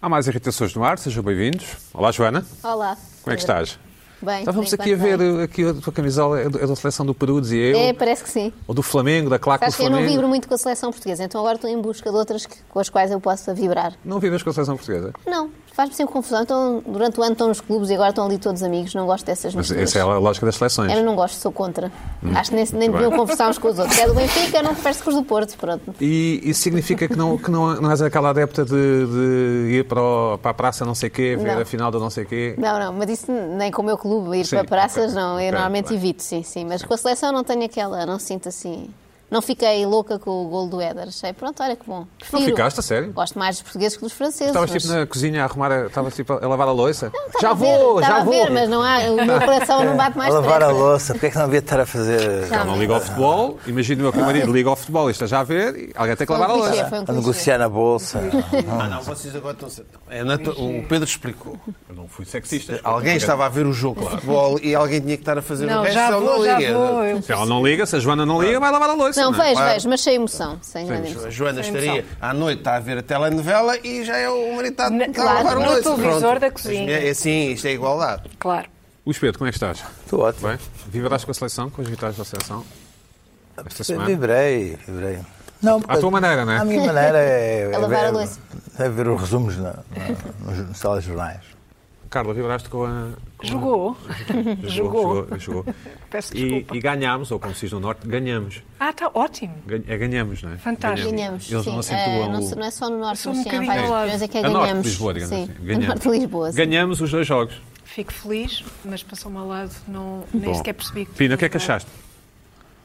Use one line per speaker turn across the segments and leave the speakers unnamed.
Há mais irritações no ar, sejam bem-vindos. Olá, Joana.
Olá.
Como é que estás?
Bem.
Estávamos
por
aqui a
enquanto,
ver, eh, aqui a tua camisola é do- é da seleção do Peru, dizia eu.
bem. É, parece que sim.
Ou do Flamengo, da claque do
Sabes que eu não
Flamengo.
vibro muito com a seleção portuguesa, então agora estou em busca de outras que- com as quais eu possa vibrar.
Não vives com a seleção portuguesa?
Não, faz-me sempre confusão. Então, durante o ano estão nos clubes e agora estão ali todos amigos. Não gosto dessas
Mas
misturas.
essa é a lógica das seleções.
Eu não gosto, sou contra. Acho que nem, nem
Muito
deviam
bem.
conversar uns com os outros. É do Benfica, não converso com os do Porto. Pronto.
E isso significa que não, que não, não és aquela adepta de, de ir para, o- para a praça não sei quê, ver
Não.
a final da não sei quê.
Não, não, mas isso nem com o meu clube, ir
Sim,
para praças,
ok,
não. Eu
ok,
normalmente
claro.
evito, sim, sim. Mas com a seleção não tenho aquela, não sinto assim. Não fiquei louca com o gol do Éder. Achei, pronto, olha que bom.
Não
Prefiro.
ficaste, a sério?
Gosto mais dos portugueses que dos franceses.
Estavas
mas-
tipo na cozinha a arrumar, a- estavas tipo a lavar a louça.
Estava
já
a ver-
vou,
estava
já
a
vou.
ver, mas não há, o meu coração não bate mais
a lavar a
depressa.
louça, porque é que não devia estar a fazer
né? Já.
Não liga ao futebol, imagino eu que o meu marido liga ao futebol e esteja a ver, e alguém tem que lavar a
Foi um clichê,
louça.
foi um
a
clichê. Um
negociar na bolsa?
Ah, não, vocês agora estão. É natu- O Pedro explicou.
Eu não fui sexista.
Alguém estava a ver o jogo de futebol e alguém tinha que estar a fazer o
Não,
resto,
já
senão
vou,
não
já
liga.
vou. Eu...
Se ela não liga, se a Joana não liga, vai lavar a louça.
Não,
é?
vejo, vejo, mas sem emoção. Sem grande emoção.
A Joana
Sem
estaria
emoção.
à noite está a ver a telenovela e já é o marido está
Na-
está a
claro,
lavar
no
a louça.
televisor
Pronto.
da cozinha.
As mulheres- É assim, isto é igualdade.
Claro.
Luís Pedro, como é que estás?
Estou ótimo.
Bem? Viverás com a seleção, com os vitais da seleção? Esta semana?
Vibrei, vibrei. Não,
À tua maneira, não é?
A minha maneira é, é,
A lavar a louça.
ver, é ver os resumos na, na, nos, nos telejornais.
Carla, vibraste com a. com a-
Jogou.
Jogou.
Jogou.
jogou, jogou.
Peço
E,
desculpa.
e ganhámos, ou como se diz no Norte, ganhamos.
Ah, está ótimo.
Gan- É ganhamos, não é?
Fantástico.
Ganhamos.
Eles
sim.
não
É,
acentuam
não,
o-
se- não é só no norte,
Sou um
mas sim, há
bocadinho
várias
ao lado.
regiões em que é
a Norte de
ganhamos.
Lisboa, digamos
sim,
assim.
a
Ganhamos.
norte de Lisboa. sim.
Ganhamos os dois jogos.
Fico feliz, mas passou-me ao lado, não, nem
Bom.
sequer percebi.
Pina, o que é que achaste?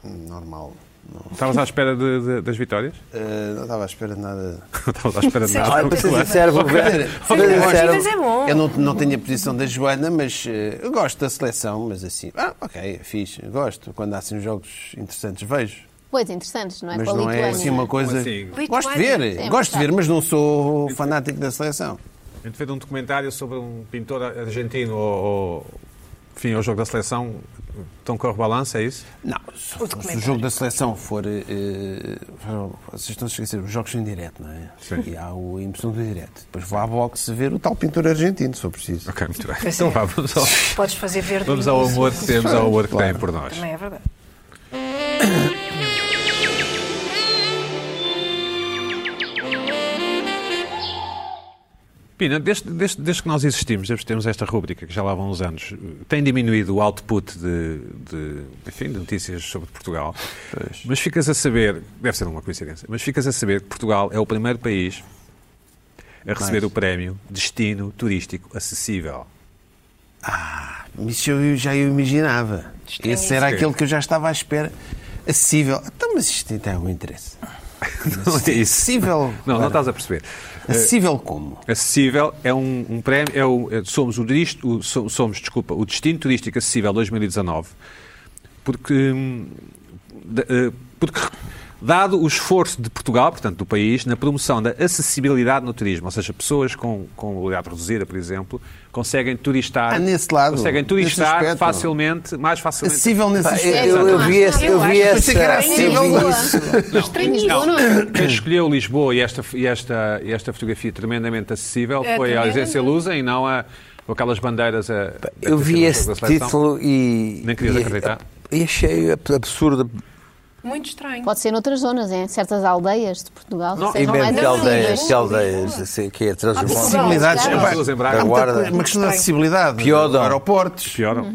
Normal. Não,
Estavas à espera de- de- das vitórias?
Eh, não estava à espera de nada.
Não estavas à espera de nada.
Olha, para ser sincero, vou ver. Para
Sim,
ser
mas
sincero,
é bom.
Eu não, não tenho a posição da Joana, mas eh, eu gosto da seleção, mas assim, ah, ok, é fixe, eu gosto. Quando há assim jogos interessantes, vejo.
Pois, interessantes, não é?
Mas
Com a
não é
Lituânia,
assim
não
uma coisa.
Como
assim?
Gosto de
Lituânia.
ver,
Sim,
gosto de
mas
ver, mas não sou fanático da seleção.
A gente fez um documentário sobre um pintor argentino ou, ou enfim, ao jogo da seleção. Estão com o rebalanço, é isso?
Não, se,
O
se o
documentário.
jogo da seleção for. eh, eh, vocês estão a esquecer, os jogos são em direto, não é?
Sim.
E há o- a emoção do direto. Depois vou à boxe ver o tal pintor argentino, se for preciso.
Ok, muito bem.
Pois
Então
é.
vá, vamos ao,
Podes fazer ver
vamos ao amor que temos, ao amor que têm por nós.
Também é verdade.
Pina, desde, desde- desde que nós existimos, desde que temos esta rúbrica, que já lá vão uns anos, tem diminuído o output de, de, enfim, de notícias sobre Portugal. Mas ficas a saber, deve ser uma coincidência, mas ficas a saber que Portugal é o primeiro país a receber o prémio Destino Turístico Acessível.
Isso eu já eu imaginava.
Estranho.
Esse era
Sim.
aquele que eu já estava à espera. Acessível. Então, mas isto tem algum interesse.
Não é isso.
Acessível.
Não, tá- não estás a perceber. Eh,
Acessível como?
Acessível é um, um prémio, é o- é- somos, o, dist- o- so- somos, desculpa, o Destino Turístico Acessível 2019, porque, hum, da- eh, porque dado o esforço de Portugal, portanto do país, na promoção da acessibilidade no turismo, ou seja, pessoas com, com mobilidade reduzida, por exemplo, conseguem turistar,
Ah, nesse lado,
conseguem
nesse
turistar
aspecto.
facilmente, mais facilmente. é,
Acessível nesse
pá,
É
aspecto.
eu, eu vi essa. Eu vi essa.
Pensei que era
eu vi
acessível.
isso.
Em Lisboa, não é?
Quem escolheu Lisboa e esta, e esta, e esta fotografia tremendamente acessível
É,
foi a
tremendamente.
agência Lusa e não a, com aquelas bandeiras a, a
Eu vi
da
esse
seleção.
título e.
então. Nem querias
e-
acreditar.
E achei absurdo.
Muito estranho.
Pode ser noutras zonas, em certas aldeias de Portugal.
Não,
sei,
E
não mais
mesmo que
não,
aldeias,
acessíveis.
que aldeias, assim, que
Ah,
é transbordante.
Acessibilidades.
Claro.
Epá,
Pessoas em
há
Braga.
muita
Agora-
coisa, uma questão de
Estranho.
acessibilidade.
Pior dão.
Aeroportos.
Pior.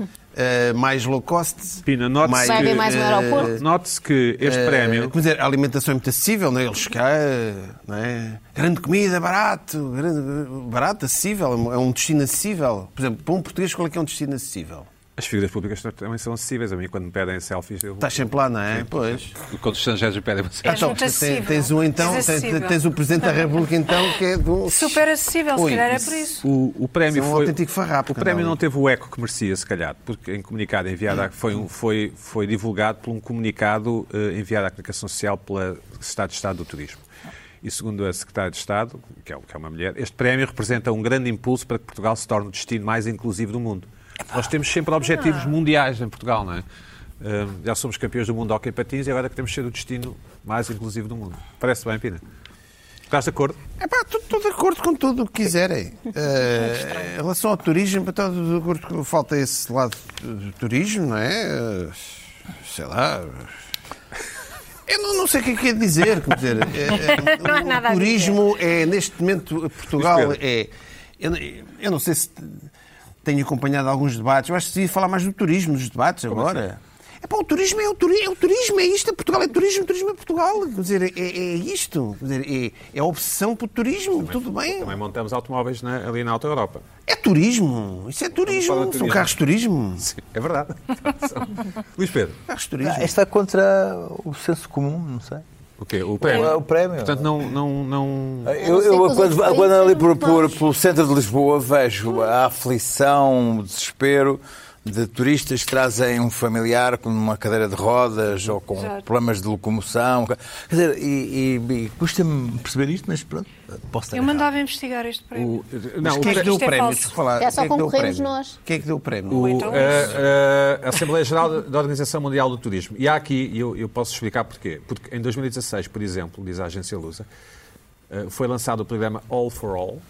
eh, mais low cost.
Pina, note-se
Vai haver
que-
mais um aeroporto.
Note-se que este
eh,
prémio.
como dizer, a alimentação é muito acessível, não é? Eles cá, eh, não é? Grande comida, barato, grande, barato, acessível, é um- é um destino acessível. Por exemplo, para um português, qual é que é um destino acessível?
As figuras públicas também são acessíveis. A mim, quando me pedem selfies, eu.
Estás sempre lá, não é? Pois.
Quando os estrangeiros me pedem
É
selfies.
muito acessível.
tens o então,
És
tens,
acessível.
tens o Presidente da República então, que é de um...
Super acessível, se
Ui,
calhar é por isso.
O, o prémio
Isso é um
foi.
autêntico farrapo,
o prémio
cada um.
não teve o eco que merecia, se calhar, porque em comunicado enviado à- foi, um- foi, foi divulgado por um comunicado eh, enviado à comunicação social pela Secretaria de Estado do Turismo. E segundo a Secretária de Estado, que é, que é uma mulher, este prémio representa um grande impulso para que Portugal se torne o destino mais inclusivo do mundo. Nós temos sempre objetivos
Ah.
mundiais em Portugal, não é? Eh, já somos é campeões do mundo de hockey patins e agora queremos ser o destino mais inclusivo do mundo. Parece bem, Pina? Estás de acordo?
Estou de acordo com tudo o que quiserem. Eh, em relação ao turismo, estou de acordo que falta esse lado do turismo, não é? Eh, sei lá. Eu não, não sei o que é que é de dizer. Quer dizer, eh, eh,
Não há
o
nada a
turismo é, neste momento, Portugal
Pedro.
é. Eu, eu não sei se tenho acompanhado alguns debates. Eu acho que se ia falar mais do turismo, dos debates agora.
assim?
É pá, o turismo é o, turi é o turismo, é isto, é Portugal é turismo, turismo é Portugal. Quer dizer, é, é isto. Quer dizer, é, é a obsessão pelo turismo, tudo bem.
Também montamos automóveis na- ali na Alta Europa.
É turismo, isso é turismo.
falar de
São
turismo.
carros de turismo.
Sim, é verdade. Luís Pedro,
Carros de turismo.
Esta é contra o senso comum, não sei.
o quê? O prémio.
É, o prémio.
Portanto, não... não, não...
não
Eu,
ser
eu
que os
quando,
outros
quando
países
ali por,
sejam
por-
maus.
pelo centro de Lisboa vejo a aflição, o desespero de turistas que trazem um familiar com uma cadeira de rodas ou com
Exato.
problemas de locomoção. Quer dizer, e, e- e custa-me perceber isto, mas pronto, posso estar
Eu
errado.
mandava investigar este prémio.
O, não, o
Quem é que
pré-
deu o
Isto é
prémio?
falso.
Deixa eu falar.
É só
Quem que deu o
concorremos
prémio?
nós.
Quem é que deu o prémio?
O- eh,
Então,
a- a, a Assembleia Geral da Organização Mundial do Turismo. E há aqui, e eu, eu posso explicar porquê. Porque em 2016, por exemplo, diz a agência Lusa, eh, foi lançado o programa All for All,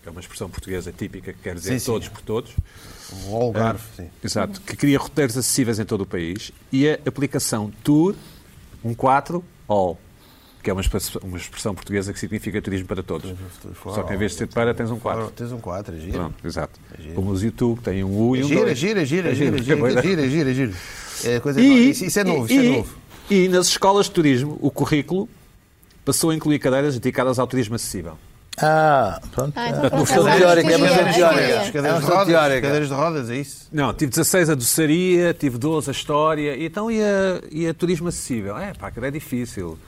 que é uma expressão portuguesa típica que quer dizer
Sim, sim.
todos por todos.
O Algarve, sim.
Exato, que cria roteiros acessíveis em todo o país e a aplicação Tour 14 All, que é uma expressão, uma expressão portuguesa que significa turismo para todos. Só que em vez de ter para, tens um 4.
Tens um 4, é giro.
Pronto, exato. Como os YouTube têm um U e um
Gira,
dois.
gira, gira,
É
gira,
porque é boa
gira,
ideia.
gira, gira, gira. É coisa nova. Isso isso é novo, isso é
e-
novo.
E nas escolas de turismo, o currículo passou a incluir cadeiras dedicadas ao turismo acessível.
Ah,
Pronto.
Ah, então
é uma
pronto,
questão
é uma
teórica, é uma
teoria,
questão
é
teórica.
teoria.
É uma
Cadeiras de
questão
rodas,
teórica.
cadeiras de rodas, é isso?
Não, tive 16 a doçaria, tive 12 a história, e então e a, e a turismo acessível? É, pá, aquilo é difícil.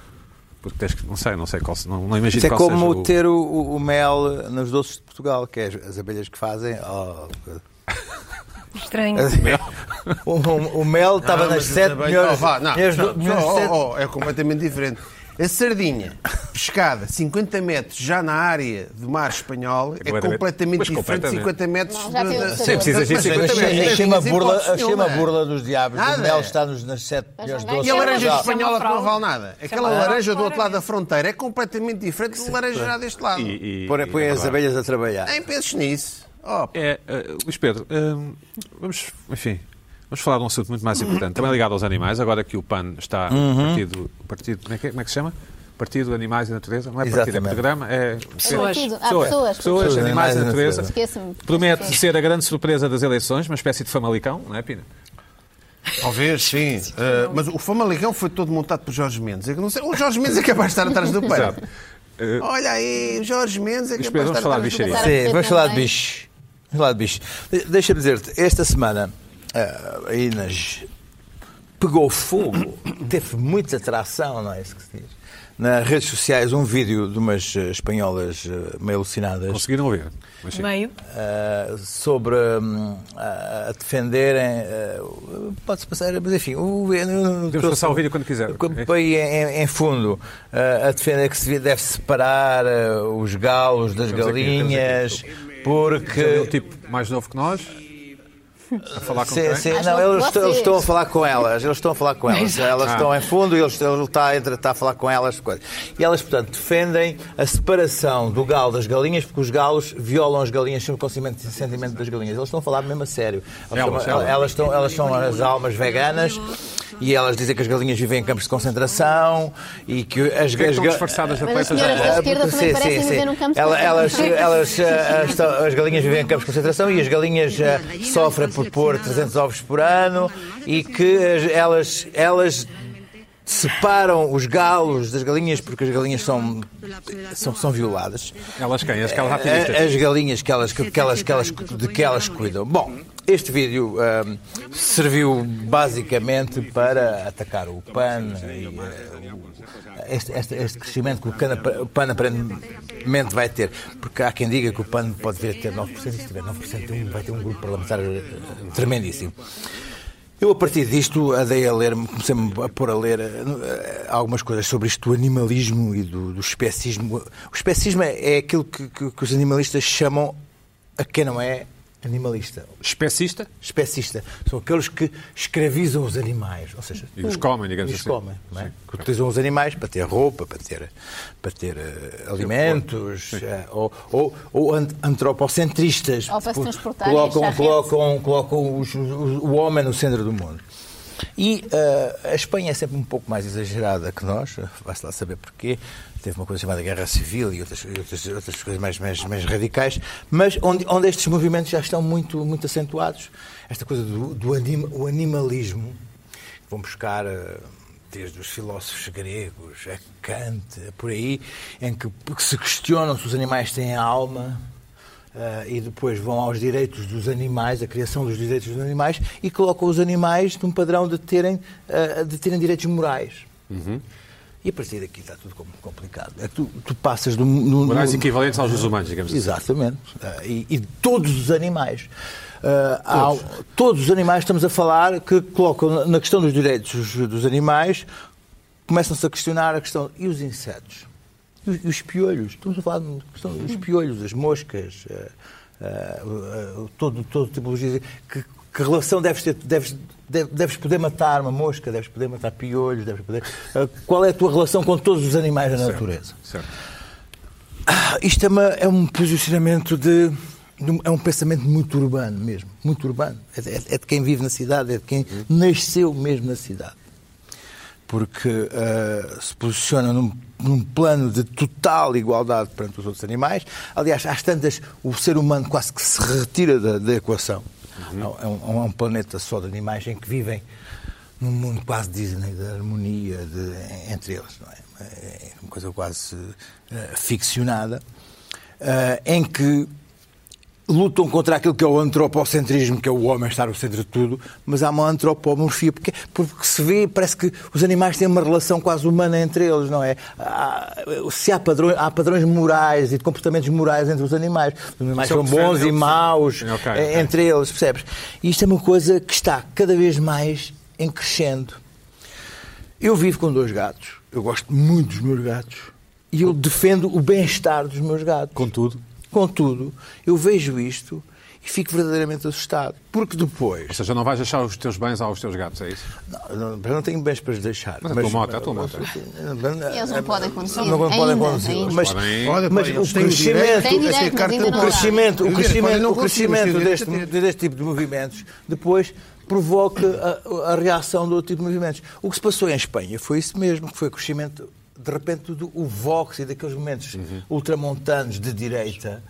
Porque tens que, não sei, não sei qual, se- não, não imagino
Isso é
qual
como
seja o...
ter o, o- o mel nos doces de Portugal, que é as, as abelhas que fazem. oh,
Estranho.
eh,
o, o- o mel estava
Ah,
nas
mas os
7
abelhas-
melhores.
Oh, vá, não,
melhores
não,
do- melhores
oh,
sete-
oh, oh, é completamente diferente. A sardinha pescada 50 metros já na área do mar espanhol é
completamente-
completamente
mas
diferente de
completamente.
50 metros
Não, já
de-
tem outro
de-
sabor. Sim,
precisas de
Mas
50
também
Achei,
metros.
não
achei
tens
uma
hipótese
burla, achei uma
nenhuma.
burla dos diabos.
é. Nada.
O mel está nos, nas sete melhores
não
doces.
vai
E a
Isso é
laranja
uma
espanhola que não
fraude.
vale nada. Aquela
fraude.
laranja do outro lado da fronteira é completamente diferente da laranja já deste lado.
E- e-
Põe,
e-
põe as abelhas a trabalhar.
Nem penses nisso. Oh,
É, eh, Luís Pedro, hum, vamos, enfim, vamos falar de um assunto muito mais importante, também ligado aos animais, agora que o PAN está partido, partido como, é que, é- como é que se chama? Partido Animais e Natureza, não é partido,
Exatamente.
é programa, é...
Pessoas.
partido. Há pessoas.
pessoas, animais e natureza.
Esqueço-me.
Promete
Sim.
ser a grande surpresa das eleições, uma espécie de famalicão, não é, Pina?
talvez, sim. Ah, mas o Famalicão foi todo montado por Jorge Mendes. Eu não sei, o Jorge Mendes é capaz de estar atrás do pai.
Exato. Eh,
Olha aí, o Jorge Mendes é
Luís
capaz
Pedro,
de
vamos
estar
falar de
atrás do
bicharia.
Claro que
Sim, vamos
eu
falar de
também.
bicho. Vamos falar de bicho. De- Deixa-me dizer-te, esta semana ah, a Inês pegou fogo, teve muita atração, não é isso que se diz? Nas redes sociais, um vídeo de umas eh, espanholas eh, meio alucinadas
Conseguiram ouvir? Mas sim.
Meio.
ah, sobre hum, a a defenderem. ah, Pode-se passar, mas enfim, o, eu não- não
Podemos
trouxe-
passar o vídeo quando quiser.
Quando põe em, em- em fundo eh, a defender que se devia- deve separar eh, os galos das
Temos aqui, temos aqui.
galinhas,
Ele é o
porque.
tipo mais novo que nós, a falar com
Sim,
quem?
sim,
Mas
não,
não
eles, estão- eles
vocês.
estão a falar com elas, eles estão a falar com elas. Elas
Ah.
estão em fundo e eles estão- ele está, ele está a falar com elas. coisa. E elas, portanto, defendem a separação do galo das galinhas, porque os galos violam as galinhas sem o consentimento sentimento das galinhas. Eles estão a falar mesmo a sério. Elas,
Elas,
estão,
elas.
elas estão- elas são as almas veganas e elas dizem que as galinhas vivem em campos de concentração e que as,
Porquê é que
as
estão
ga-
disfarçadas de
Mas as
atletas
senhoras da
de
esquerda também
Sim,
parecem
sim,
viver
sim.
num campo de
Ela- Elas,
concentração.
elas, eh, estão- as galinhas vivem em campos de concentração e as galinhas eh, sofrem por pôr 300 ovos por ano e que as- elas, elas separam os galos das galinhas porque as galinhas são, são, são violadas.
Elas quem? As
É,
aquelas
A-
ativistas.
É, As galinhas que elas, que, que elas, que elas, de que elas cuidam. Bom, este vídeo ahm, serviu basicamente para atacar o PAN e eh, o- este, este- este crescimento que o cana- o PAN aparentemente vai ter. Porque há quem diga que o PAN pode vir a ter 9%, e se tiver 9% tem um- vai ter um grupo parlamentar eh, tremendíssimo. Eu, a partir disto, andei a ler, comecei-me a pôr a ler eh, algumas coisas sobre isto do animalismo e do, do especismo. O especismo é aquilo que, que- que os animalistas chamam a quem não é Animalista.
Especista?
Especista. São aqueles que escravizam os animais. Ou seja,
E os comem, digamos
os
assim.
comem. não é? Que utilizam os animais para ter roupa, para ter, para ter eh, alimentos. eh, ou, ou, ou ant- antropocentristas.
Ou para se
Pô-
transportarem,
Colocam,
charretes.
colocam, colocam os- os- o homem no centro do mundo. E eh, a Espanha é sempre um pouco mais exagerada que nós, vai-se lá saber porquê. Teve uma coisa chamada Guerra Civil e outras, e outras, outras coisas mais, mais, mais radicais, mas onde, onde estes movimentos já estão muito, muito acentuados. Esta coisa do, do anima- o animalismo, que vão buscar eh, desde os filósofos gregos, a Kant, por aí, em que que se questionam se os animais têm alma. Ah, e depois vão aos direitos dos animais, a criação dos direitos dos animais, e colocam os animais num padrão de terem, ah, de terem direitos morais. E a partir daqui está tudo como complicado. É que tu, tu passas do. No,
Morais
no-
equivalentes aos dos humanos, digamos assim.
Exatamente. Ah, e, e todos os animais. Ah, há- todos. os animais estamos a falar que colocam na- na questão dos direitos dos, dos animais, começam-se a questionar a questão. E os insetos? E os, e os piolhos? Estamos a falar de questão
Uhum.
dos piolhos, as moscas, ah, ah, ah, todo, todo tipo de. Que, que relação deves ter? Deves, de- deves poder matar uma mosca, deves poder matar piolhos, deves poder. ah, qual é a tua relação com todos os animais da natureza?
Certo.
Isto é, uma- é um posicionamento de, de um- É um pensamento muito urbano mesmo. Muito urbano. É, de- é de- é de quem vive na cidade, é de quem nasceu mesmo na cidade. Porque ah, se posiciona num, num plano de total igualdade perante os outros animais. Aliás, às tantas, o ser humano quase que se retira da, da equação. É, um, é um planeta só de animais em que vivem num mundo quase Disney, da harmonia de- entre eles. Não é? é uma coisa quase eh, ficcionada, eh, em que lutam contra aquilo que é o antropocentrismo, que é o homem estar no centro de tudo, mas há uma antropomorfia, porque, porque se vê, parece que os animais têm uma relação quase humana entre eles, não é? Há, se há padrões, há padrões morais e de comportamentos morais entre os animais, os animais
São
são bons
diferentes,
e maus,
sim. Ok,
eh,
ok.
entre eles, percebes? E isto é uma coisa que está cada vez mais em crescendo. Eu vivo com dois gatos, eu gosto muito dos meus gatos e eu defendo o bem-estar dos meus gatos.
Contudo.
Contudo, eu vejo isto e fico verdadeiramente assustado. Porque depois.
Ou seja, não vais achar os teus bens aos teus gatos, é isso?
Não, não, eu não tenho bens para os deixar. eh,
Mas a tua moto, é a tua moto.
Eles não podem conduzir.
Não podem
Ainda,
conduzir.
ainda.
Mas,
Podem.
Olha,
mas
pá,
o
eles têm o
crescimento.
direito
Tem direito,
a ser
mas
carta-
ainda não
o
dá.
crescimento, o
Eles podem
crescimento,
não
o
conseguir, mas
crescimento
têm
deste,
direito a
deste tipo de movimentos depois provoca a, a reação do outro tipo de movimentos. O que se passou em Espanha foi isso mesmo, que foi o crescimento, de repente, do o Vox e daqueles momentos
Uhum.
ultramontanos de direita,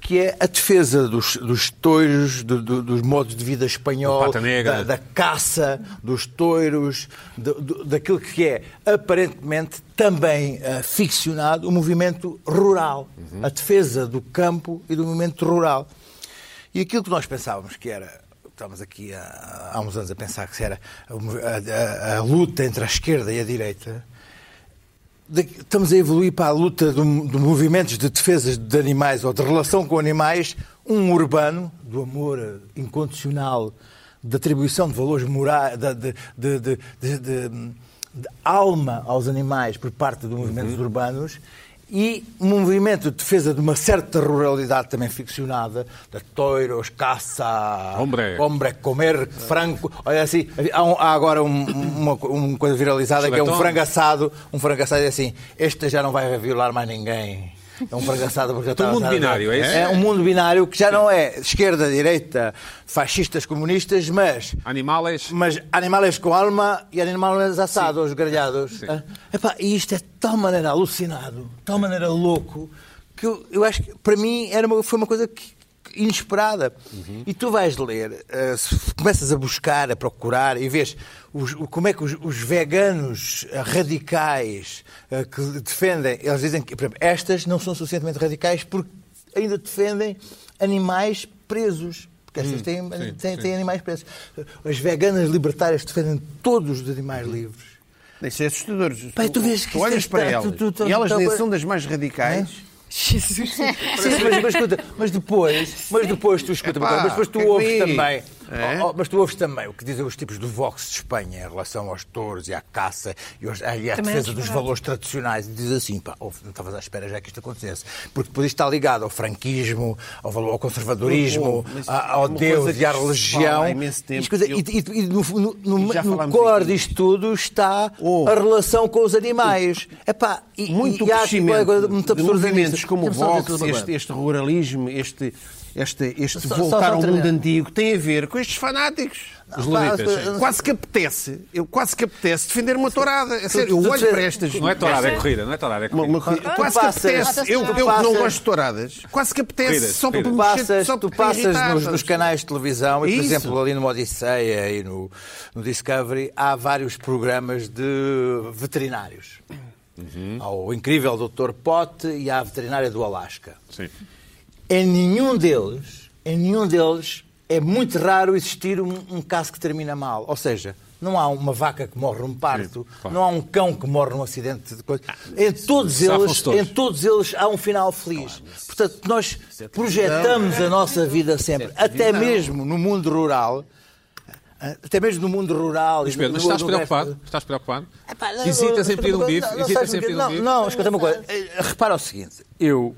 que é a defesa dos, dos toiros, do- do- dos modos de vida espanhol,
Do Pata Negra.
da- da caça, dos toiros, do- do- daquilo que é aparentemente também ah, ficcionado o movimento rural, a defesa do campo e do movimento rural. E aquilo que nós pensávamos que era, estávamos aqui há, há uns anos a pensar que era a, a- a- a luta entre a esquerda e a direita, de- estamos a evoluir para a luta do- de, movimentos de defesa de animais ou de relação com animais, um urbano, do amor incondicional, da atribuição de valores morais, da- de, de- de- de- de- de alma aos animais por parte dos movimentos urbanos, e um movimento de defesa de uma certa ruralidade também ficcionada, da toiros, caça,
Hombre.
hombre, comer, frango. Olha assim, há, um- há agora um- uma, uma coisa viralizada que é um
Chuletão.
frango assado, um frango assado é assim, este já não vai violar mais ninguém. É um frango assado porque eu estava...
mundo binário, é isso?
É um mundo binário que já não é esquerda, direita, fascistas, comunistas, mas...
Animais.
Mas animais com alma e animais assados, grelhados. Ah, epá, e isto é de tal maneira alucinado, de tal maneira louco, que eu, eu acho que para mim era uma- foi uma coisa que- que inesperada. E tu vais ler, ah, se começas a buscar, a procurar e vês os- o- como é que os, os veganos ah, radicais ah, que defendem, eles dizem que por exemplo, estas não são suficientemente radicais porque ainda defendem animais presos. Porque estas têm, têm- têm animais presos. As veganas libertárias defendem todos os animais livres.
Isso é assustador.
Pai, tu vês que isto
olhas
está-
para
tu-
elas
tu- tu-
e elas
tu-
nem
tu-
são das mais radicais.
Jesus.
Sim, mas, mas escuta, mas depois, mas depois tu escuta,
Epá,
mas depois tu
que é que
ouves
vi?
também
É?
Oh, oh, mas tu ouves também o que dizem os tipos do Vox de Espanha em relação aos touros e à caça e, aos, e à
Também é
defesa dos
disparate.
valores tradicionais. E diz assim, pá, ouve, não estavas à espera já que isto acontecesse. Porque depois isto está ligado ao franquismo, ao, valor, ao conservadorismo,
Oh, oh, mas
a- ao
uma
Deus
coisa
e à
que se
religião.
fala há imenso tempo,
E, coisa-
eu-
e- e- e no, no- no-
E já
no
falámos
core
aqui.
disto tudo está
Oh.
a relação com os animais. Epá, e,
muito
e há tipo, é
crescimento
coisa muito
de
absurda
movimentos
nisso.
como o
Deixa-me só dizer
Vox,
uma coisa.
este, este ruralismo, este, este, este
Só- só-
voltar
só
ao
terminar.
mundo antigo, tem a ver com estes fanáticos.
Os lunitas.
Pá,
Quase que apetece, eu quase que apetece defender uma tourada. É sério, eu
tu-
olho
tu-
para estas.
Não é tourada, é corrida, não é tourada, é
Uma-
corrida.
uma corrida.
Tu
quase
passas-
que apetece. Eu, eu que
tu
não
passas-
gosto de touradas, quase que apetece
Corridas,
só para
corridas.
me
Tu
mexer-
passas,
só
tu
para
passas
irritar,
nos,
sabes?
nos canais de televisão e, por
Isso.
exemplo, ali no Odisseia e no, no Discovery há vários programas de veterinários. Há o incrível Dr. Pote e há a veterinária do Alasca.
Sim.
Em nenhum deles, em nenhum deles, é muito raro existir um, um caso que termina mal. Ou seja, não há uma vaca que morre num parto,
Sim, claro. Ah,
não há um cão que morre num acidente de coisa. Em todos
safam-se
eles,
todos.
em todos eles há um final feliz. Portanto, nós
é
projetamos a nossa vida sempre, até mesmo no mundo rural. Até mesmo no mundo rural.
Mas
e
Pedro,
no-
mas estás
no
preocupado?
resto-
Estás preocupado?
Epá, não,
Hesitas em
não,
pedir um
não,
bife?
não,
Hesitas
sabes
em
porquê?
pedir um
Não,
bife?
Não, escuta uma coisa. Eh, Repara o seguinte. Eu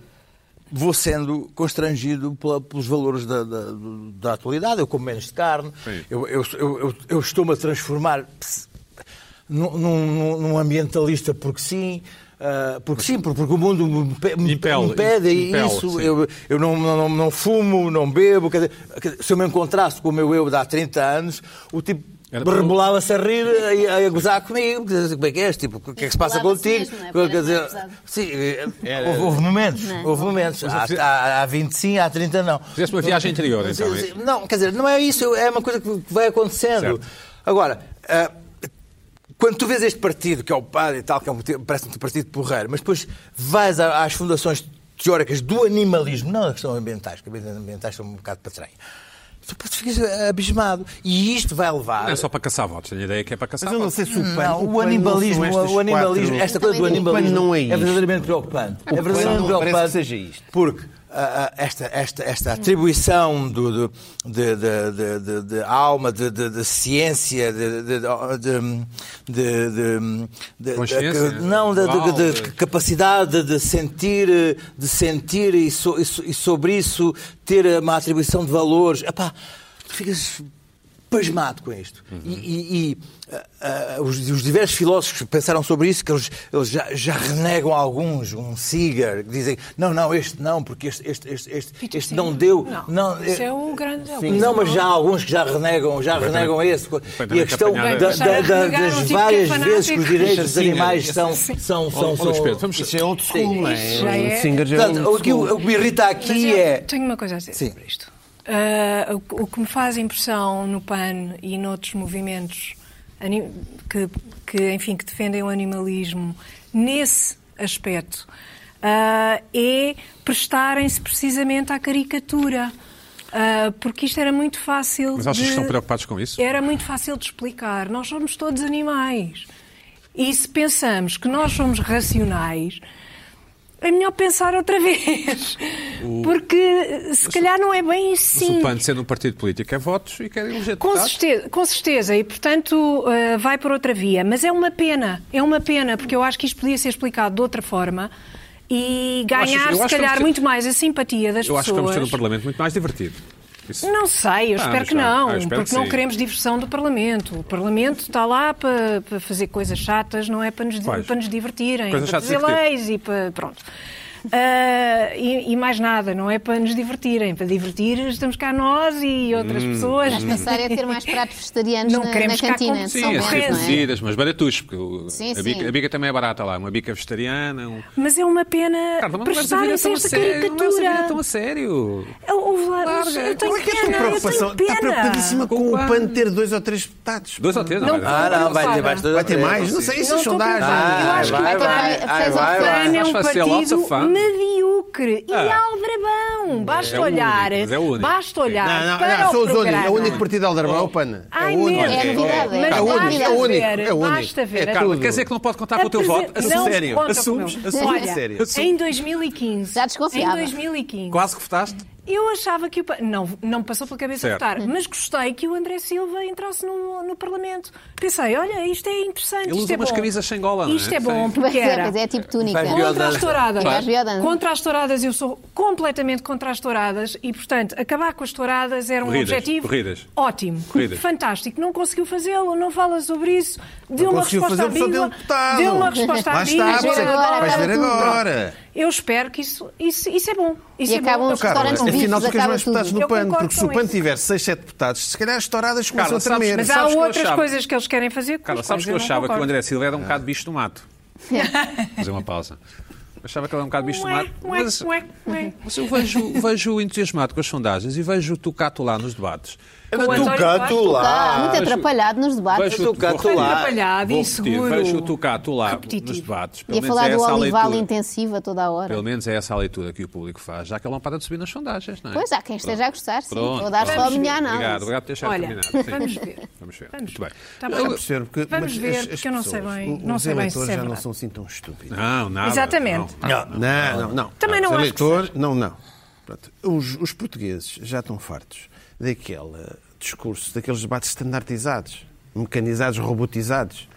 vou sendo constrangido pela- pelos valores da, da, da atualidade. Eu como menos de carne.
Sim.
Eu, eu, eu, eu- eu estou-me a transformar ps- num, num- num ambientalista porque sim. ah, porque sim, porque porque o mundo me, pe- me-
Impele,
me pede
impele,
isso.
sim.
Eu- eu, eu não, não- não- não fumo, não bebo. quer dizer, quer dizer, se eu me encontrasse com o meu eu de há 30 anos, o tipo
Era para-
rebolava-se a rir e a, a gozar comigo. quer dizer, Como é que és? Tipo, o que é que se passa
Rebolava-se
contigo?
mesmo, não é? Porque
Quer dizer,
era mais pesado.
sim, eh, houve, houve momentos. Houve momentos. Há, há, há 20 sim, há 30 não.
Fizeste uma viagem interior, então,
Sim,
é?
sim. Não, quer dizer, não é isso. É uma coisa que que vai acontecendo.
Certo.
Agora... ah, quando tu vês este partido, que é o padre e tal, que é um, parece um partido porreiro, mas depois vais a- às fundações teóricas do animalismo, não a questão ambientais, que as ambientais são um bocado patranha, tu pô, tu ficas abismado. E isto vai levar.
Não é só para caçar votos, tenho a ideia que é para caçar
Mas eu não
votos.
sei se o PAN.
Não,
PAN
o animalismo,
não são estas
o animalismo,
quatro-
esta coisa do
Também
não.
animalismo
O PAN não é isto.
verdadeiramente preocupante.
PAN
é verdadeiramente
não parece
preocupante
que seja isto.
porque ah, ah, esta, esta, esta atribuição do, do- de, de- de- de- de alma, de, de- de ciência, de, de- de- de- de- de-
Consciência?
de- não, de, de- de- de
Uau.
capacidade de sentir, eh, de sentir e, so- e so- e sobre isso ter uma atribuição de valores. Epá, tu ficas pasmado com isto. E, e- e, ah, ah, os, os diversos filósofos que pensaram sobre isso, que eles, eles já, já renegam alguns, um Seeger, que dizem, não, não, este não, porque este, este, este, este, este não deu.
Não,
Não,
isso
eh,
é um grande- é um
Sim. Não, mas já há alguns que já renegam, já renegam esse. E a questão da-
apanhada.
da- da-
Renegar um
das
tipo que é
várias vezes que
fanático.
os direitos dos
né? Sim,
animais
sim.
são. são, são,
Ó, Luís
são-
Pedro, vamos...
Isso é old school, não é?
Isso já é-
O Singer já é
Portanto,
old
o que,
school.
o que me irrita
Mas
aqui
eu
é.
Tenho uma coisa a dizer
Sim.
sobre isto. Ah, o, o que me faz impressão no PAN e noutros movimentos ani- que, que, enfim, que defendem o animalismo nesse aspecto ah, é prestarem-se precisamente à caricatura. Ah, porque isto era muito fácil.
Mas achas que
de-
estão preocupados com isso?
Era muito fácil de explicar. Nós somos todos animais. E se pensamos que nós somos racionais, é melhor pensar outra vez. Porque se calhar não é bem isso
Mas
sim.
o PAN, sendo um partido político, quer votos um e quer eleger
Com
deputados.
certeza, com certeza, e portanto eh, vai por outra via. Mas é uma pena, é uma pena, porque eu acho que isto podia ser explicado de outra forma e ganhar,
eu acho que
se calhar,
vamos ter-
muito mais a simpatia das
Eu
pessoas.
acho que vamos ter um Parlamento muito mais divertido. Isso-
Não sei, eu
Ah,
espero
mas
que
já.
não,
Ah, eu espero
porque
que
não
sim.
queremos diversão do Parlamento. O Parlamento está lá para, para fazer coisas chatas, não é para nos,
Pois.
para nos divertirem,
Coisas
para
chatas
fazer
e divertir.
leis e para. Pronto. Ah, e, e mais nada, não é para nos divertirem. Para divertir, estamos cá nós e outras
Hum,
pessoas.
Pensar é ter mais pratos vegetarianos
Não
na, na
queremos cá
cantina. São
com-
Sim,
bons,
as
concorrência.
não é?
cozidas, mas baratus, porque o-
Sim,
a, bica,
sim.
a bica também é barata lá. Uma bica vegetariana. Um...
Mas é uma pena
Carla, não leves a vida
prestarem-se
tão a
esta
sério, não leves a vida tão
caricatura.
a sério.
Eu, ouve lá, mas
Larga.
eu tenho
Como é que é a tua
pena, eu tenho
preocupação?
pena.
Está preocupadíssima com o
Com o
PAN ter dois ou três deputados.
Dois ou três, não,
Não,
vai
Ah,
dar.
não, vai ter
Não
mais dois ou
Vai ter
três.
mais? Não sei, é
Não
essas
estou
sondagens.
preocupada. Eu
Ah,
acho que
vai,
é
vai ter
vai,
mais-
vai,
fez
vai,
um
vai.
PAN é
Mas
um
faz ser
partido
alçafã.
mediocre e
Ah.
aldrabão. Basta
É o único,
olhar,
mas é o único.
basta olhar
Não, não,
para
não,
o
são os únicos.
programa.
É o único partido aldrabão, é o PAN.
Ai,
é o único.
mesmo.
É novidade, é.
Mas
É o
basta
único, é o
único,
ver,
é o único.
Basta ver.
É,
Carla,
tudo.
quer dizer que não pode contar com o teu
Apresen-
voto?
Não
Assumes.
sério.
conta
Assumes,
comigo.
assumes.
Olha,
sério.
Tá
Em 2015.
Já desconfiava.
Em 2015.
Quase que votaste.
Eu achava que o. pa- Não, não me passou pela cabeça
Certo.
Hum.
votar, mas gostei que o André Silva entrasse no, no Parlamento. Pensei, olha, isto é interessante.
Ele
isto
usa
é
umas
bom.
camisas sem gola, não é?
Isto é
Sim.
bom,
Pois
porque
é,
era.
pois é tipo túnica.
Vai ver.
Contra as touradas.
Vai. Viola.
Contra as touradas, eu sou completamente contra as touradas e, portanto, acabar com as touradas era um
Corridas,
objetivo
corridas.
ótimo,
Corridas.
fantástico. Não conseguiu fazê-lo, não fala sobre isso, deu uma
conseguiu
resposta
fazer, só deu
ambígua.
deputado.
Deu uma resposta
Lá
ambígua.
está,
pois é, vais ver
acaba tudo.
agora.
Eu espero que isso, isso, isso é bom. Isso
E
é bom.
acabam
Eu
os
espero.
Carla,
restaurantes
Não,
vivos,
afinal tu queres
acaba
mais
tudo.
deputados no
Eu
PAN,
concordo
porque se o
com
PAN
isso.
tiver 6, 7 deputados, se calhar as touradas começam
Carla,
a tremer.
sabes-
Mas há
que eu
outras
achava-
coisas que eles querem fazer. com
Carla,
as
sabes
quais
que eu
é, não
achava que o
concordo. É.
André Silva era um bocado bicho do mato. Fazer uma pausa. Eu Achava que ele era um bocado bicho do
Ué,
mato.
ué,
Mas,
ué, ué.
mas eu vejo, vejo-o entusiasmado com as sondagens e vejo o Tucato lá nos debates.
O António
é
Costa-
Tucato
Está
lá.
Tá muito atrapalhado nos debates.
Vejo-o-
o Tucato
vou
lá.
repetir,
Atrapalhado,
vou
inseguro.
repetir, Vejo o Tucato lá
Repetitivo.
nos debates. Pelo
Ia
menos
falar
é
do
essa a
olival
leitura.
intensiva toda a hora.
Pelo menos é essa a leitura que o público faz, já que ele não para de subir nas sondagens, não é?
Pois há quem esteja a gostar, sim.
Pronto,
Vou dar só a
vamos
minha
ver.
análise.
Obrigado, obrigado por deixar
Olha,
terminado. Sim.
vamos ver.
Vamos ver.
Vamos
Muito
ver.
bem.
Tá bem.
Eu percebo que-
Vamos
mas
ver,
as- as
porque eu não sei
pessoas,
bem-
o-
não
os
sei bem se
eleitores
é
já não
verdade.
são assim tão estúpidos.
Não, nada.
Exatamente.
não.
Não, não, não.
Também não
Os
acho
eleitores- Não, não. Pronto. Os, os portugueses já estão fartos daquele discurso, daqueles debates standardizados, mecanizados, robotizados.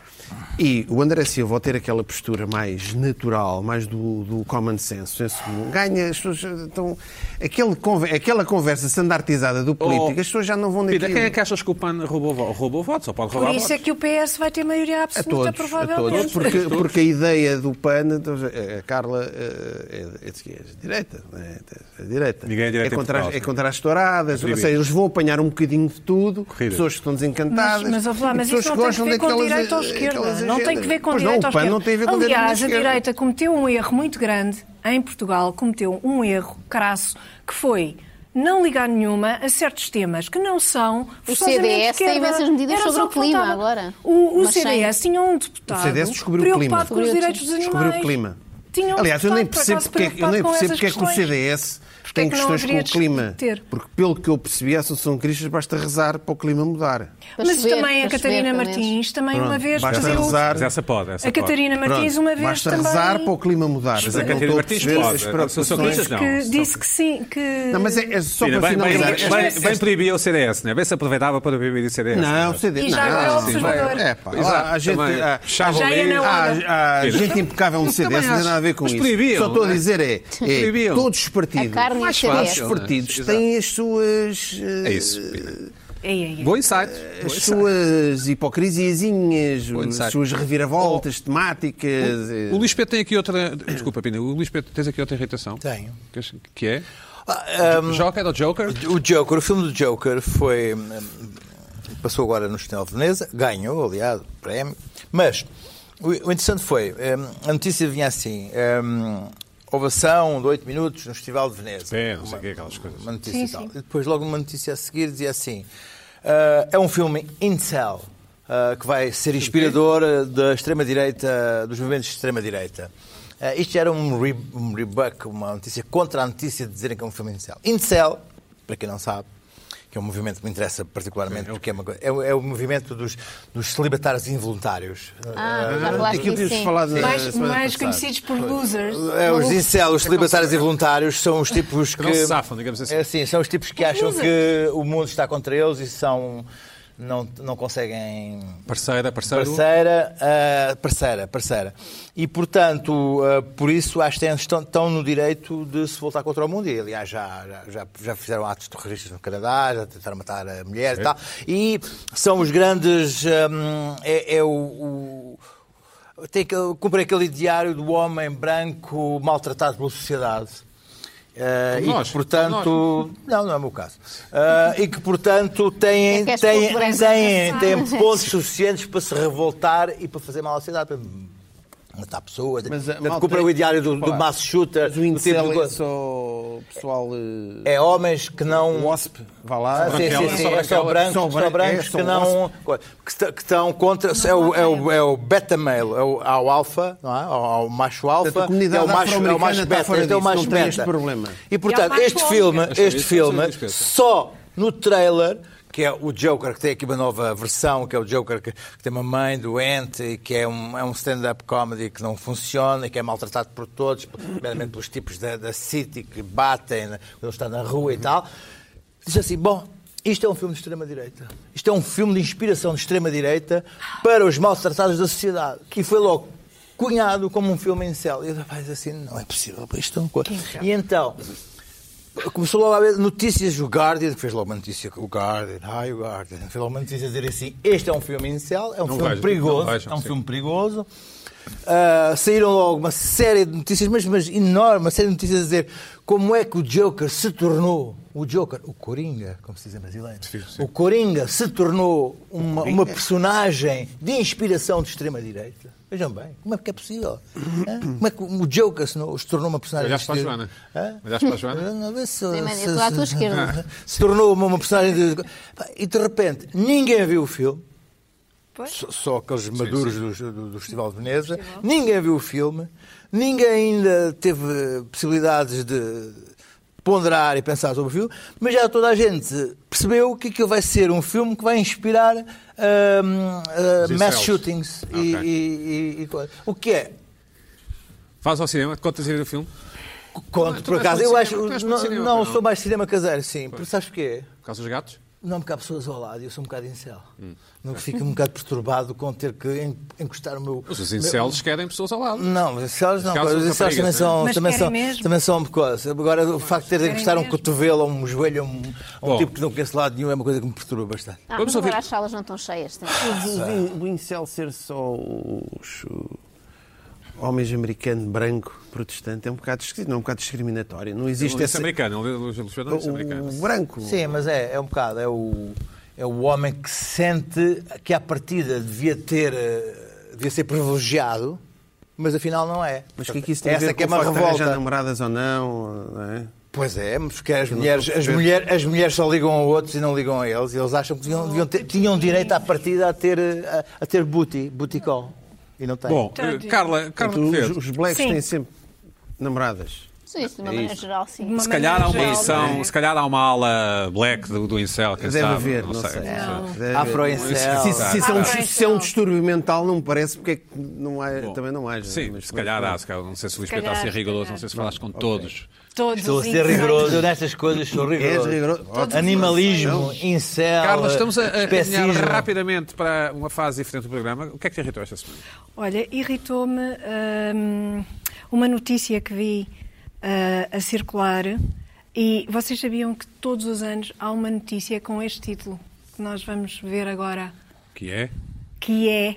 E o André Silva, ao ter aquela postura mais natural, mais do, do common sense, senso comum, ganha, as pessoas estão... Aquele, conver- aquela conversa standardizada do político, as pessoas já não vão
Pita,
naquilo.
quem é que achas que o PAN roubou, vo- roubou votos? Ou pode
Por
roubar
isso é
votos?
que o PS vai ter maioria
A
absoluta,
todos, a todos.
provavelmente.
Porque, porque a ideia do PAN, então, a Carla eh, é, é, de esquerda, é de direita. não é? É de direita.
Ninguém é direita em
contra, as-
Portugal.
é contra as touradas, ou seja, eles vão apanhar um bocadinho de tudo,
Corridas.
pessoas que estão desencantadas.
Mas, mas, ouve lá,
e
mas
pessoas
isso não tem que
gostam
ver com
daquelas-
direita ou
eh,
esquerda.
aquelas
Não tem
agendas.
que ver com
Pois
direita
não,
ou
o PAN
esquerda.
não tem a ver com
Aliás, a
esquerda.
direita cometeu um erro muito grande em Portugal, cometeu um erro crasso, que foi não ligar nenhuma a certos temas que não são forçosamente
CDS tem
esquerda.
imensas medidas
Era
sobre
só
o clima
faltava.
agora.
O, o
Mas sem-
CDS tinha um deputado
O CDS descobriu o
preocupado
clima.
com os direitos dos animais.
Descobriu o clima.
Tinha um
Aliás, eu nem
deputado, por
percebo
acaso,
porque, eu nem
preocupado com
percebo
essas
porque é que o
questões.
CDS
Porque é
tem
que não
questões com
haveria
o clima.
de ter?
Porque, pelo que eu percebi, a Associação de Cristas basta rezar para o clima mudar.
Para
Mas
chover,
também a
para chover,
Catarina
pelo menos.
Martins também uma
Pronto,
vez
basta
fazia o-
rezar.
Mas é essa pode, essa
A
pode.
Catarina Martins
Pronto,
uma vez
basta
também.
rezar para o clima mudar.
Mas
Eu
a
não
Catarina
estou a
Martins
perceber
pode.
as
São
preocupações.
Cristas, não.
que disse que sim, que
Não, mas é, é só
Pina,
para
bem, bem,
finalizar.
bem,
esta-
bem,
esta-
bem proibia o CDS, não é? Bem se aproveitava para proibir o CDS.
Não, o
CDS.
CD.
E já
não,
agora é o
sim,
observador.
vai. É, pá,
Exato,
lá, a gente,
também.
a,
Já
Já ia na hora.
a- a gente impecável no CDS, não tem nada a ver com
Mas
isso.
proibiam,
Só estou a
não é?
dizer é, é,
Proibiam.
todos os partidos,
A carne e o
todos
CDS.
os partidos
Exato.
têm as suas eh,
É isso. Pina.
Ei, ei, ei.
Bom insight.
as
Bom insight.
suas hipocrisiazinhas,
Bom
as
insight.
suas reviravoltas temáticas. eh,
é. O Luís Pedro tem aqui outra. Desculpa, Pina. O Luís Pedro tens aqui outra irritação?
Tenho.
Que- Que é?
Ah, hum,
Joker ou Joker?
O Joker, o filme do Joker foi. hum, Passou agora no Festival de Veneza, ganhou, aliás, o prémio. Mas o o interessante foi: hum, a notícia vinha assim. hum, Ovação de 8 minutos no Festival de Veneza.
É, não sei o que é aquelas coisas.
Uma notícia
Sim,
e tal.
sim.
E depois, logo numa notícia a seguir, dizia assim: "Ah, é um filme incel ah, que vai ser inspirador ah, da extrema-direita, dos movimentos de extrema-direita. Ah, isto era um, re, um rebuck, uma notícia contra a notícia de dizerem que é um filme incel. Incel, para quem não sabe, que é um movimento que me interessa particularmente, porque é, uma, coisa- é, o- é o movimento dos, dos celibatários involuntários.
Ah, já falaste
Aquilo que
disso,
tínhamos
sim.
falado na
mais,
semana
mais
passada.
conhecidos por losers.
É, os incelos, celibatários e voluntários são os tipos que.
não se safam, digamos assim.
É, sim, são os tipos que acham que o mundo está contra eles e são. Não, não conseguem.
Parceira, parceiro.
Parceira, ah, parceira, parceira. E, portanto, ah, por isso, acho que têm- estão, estão no direito de se voltar contra o mundo. E, aliás, já, já- já, já fizeram atos terroristas no Canadá, já tentaram matar a mulher e tal. E são os grandes. hum, é, é o- o tem que cumprir aquele diário do homem branco maltratado pela sociedade. Eh,
Como
e
nós,
que, portanto, não, não é o meu caso. Eh, e que, portanto, têm,
É que és
têm,
pouco branco.
têm, têm pontos suficientes para se revoltar e para fazer mal à sociedade. para Matar pessoas.
Mas,
Portanto,
malta,
cumprir o diário do, do
falar.
mass shooter.
Mas o
do tipo de
incel é
coisa.
só pessoal. eh,
É homens que não.
Wasp, vá
Ah,
lá.
sim, sim, sim, é só brancos, só
branco-
brancos
é,
que
só
não. que está- que estão contra. É o, é, o, é o beta male, é o, há o alfa, não é? Há o macho alfa,
Portanto, a comunidade
é o macho, é o
afro-americana
macho
está
beta.
fora
este é o
disso,
macho
não tem
beta.
este problema.
E portanto,
macho
este
homem.
filme,
Mas,
este
isso é uma
filme,
dispensa.
só no trailer que é o Joker, que tem aqui uma nova versão, que é o Joker que, que tem uma mãe doente e que é um, é um stand-up comedy que não funciona e que é maltratado por todos, primeiramente pelos tipos da, da City que batem né, quando ele está na rua e tal. Diz assim: bom, isto é um filme de extrema-direita. Isto é um filme de inspiração de extrema-direita para os maltratados da sociedade. Que foi logo cunhado como um filme em céu. E eu rapaz, assim, não é possível, pá, isto é uma coisa. E então, começou logo a haver notícias, o Guardian, fez logo uma notícia, o Guardian, ai o Guardian, fez logo uma notícia a dizer assim, este é um filme em céu, é um filme
vejam,
perigoso,
não vejam,
é um
sim.
filme perigoso. Ah, saíram logo uma série de notícias, mas, mas enorme, uma série de notícias a dizer como é que o Joker se tornou, o Joker, o Coringa, como se diz em brasileiro, o Coringa se tornou uma, uma personagem de inspiração de extrema-direita. Vejam bem, como é que é possível? Hã? Como é que o Joker se no- se tornou uma personagem
Olhaste
de
para a
extrema-
Joana?
Hã?
Olhaste para a Joana?
Não, vê se-
Sim, mas é eu
se-
estou à tua
se-
esquerda.
Se tornou uma, uma personagem de... Pá, E de repente, ninguém viu o filme,
Pois.
só, só aqueles maduros Do, do- do Festival de Veneza, ninguém viu o filme, ninguém ainda teve eh, possibilidades de ponderar e pensar sobre o filme, mas já toda a gente percebeu que aquilo vai ser um filme que vai inspirar ahm, ah,
Os
mass
incels.
shootings e-
Ok.
e- e- e coisa. O que é?
Faz ao cinema, contas a ver o filme?
Conto,
Tu
por
és
acaso.
muito
Eu acho.
cinema, tu és muito
Não,
cinema,
não,
não?
sou mais cinema caseiro, sim. Porque sabes porquê?
Por causa dos gatos?
Não porque há pessoas ao lado e eu sou um bocado incel.
Hum.
Não fico um bocado perturbado com ter que en- encostar o meu.
Os incels querem pessoas ao lado.
Não, mas incels não.
Caso
Os incels
raparigas,
é?
né?
também são.
Mas
Também
querem
são,
mesmo?
também são uma coisa. Agora, o facto de ter de
querem
encostar um
mesmo.
cotovelo ou um joelho a um, a um
Bom.
tipo que não conheço lado nenhum é uma coisa que me perturba bastante.
Ah,
Vamos
mas agora
ouvir.
as salas não estão cheias.
É
tem-
O do incel ser só os o- homens americano branco protestante é um bocado esquisito, não é um bocado discriminatório. Não existe
Isto é
essa...
americano, o Luís Fernando é
o,
americano.
o branco.
Sim, mas é, é um bocado. É o, é o homem que sente que, à partida, devia ter. eh, devia ser privilegiado, mas afinal não é.
Mas o que é que isso tem a
Essa
ver
que é
com
uma
o facto de arranjar
revolta.
namoradas ou não? não é?
Pois é, mas porque as
não
mulheres,
estou a
as,
perceber.
mulher, as mulheres só ligam a outros e não ligam a eles. E eles acham que deviam, deviam ter- tinham direito à partida a ter, eh, a, a ter booty, booty call. E não têm.
Bom,
Então,
eh, Carla, Carla
Portanto,
Quevedo.
os, os blacks
Sim.
têm sempre namoradas.
Sim, isso de uma
É
maneira geral, sim.
Uma
Se calhar há uma
maneira geral,
edição,
não é?
se calhar há uma ala black do, do Incel, quem
Deve
sabe,
haver, não, sei. Deve haver.
Afroincel.
Se, se É isso é um,
Ah,
se é um
não.
distúrbio mental, não me parece, porque é que não há, também não há.
Sim,
mas-
se calhar há, se calhar, não sei se o Luís
Se
Pedro está a ser
calhar, se
rigoroso,
calhar.
não sei se falaste com todos.
Todos assim,
Estou a
os
ser
incels.
rigoroso nestas coisas, sou rigoroso.
És rigoroso. Todos
Animalismo, incel,
Carla, estamos a, a caminhar
especismo.
rapidamente para uma fase diferente do programa. O que é que te irritou esta semana?
Olha, irritou-me hum, uma notícia que vi ah, a circular e vocês sabiam que todos os anos há uma notícia com este título que nós vamos ver agora,
Que é?
que é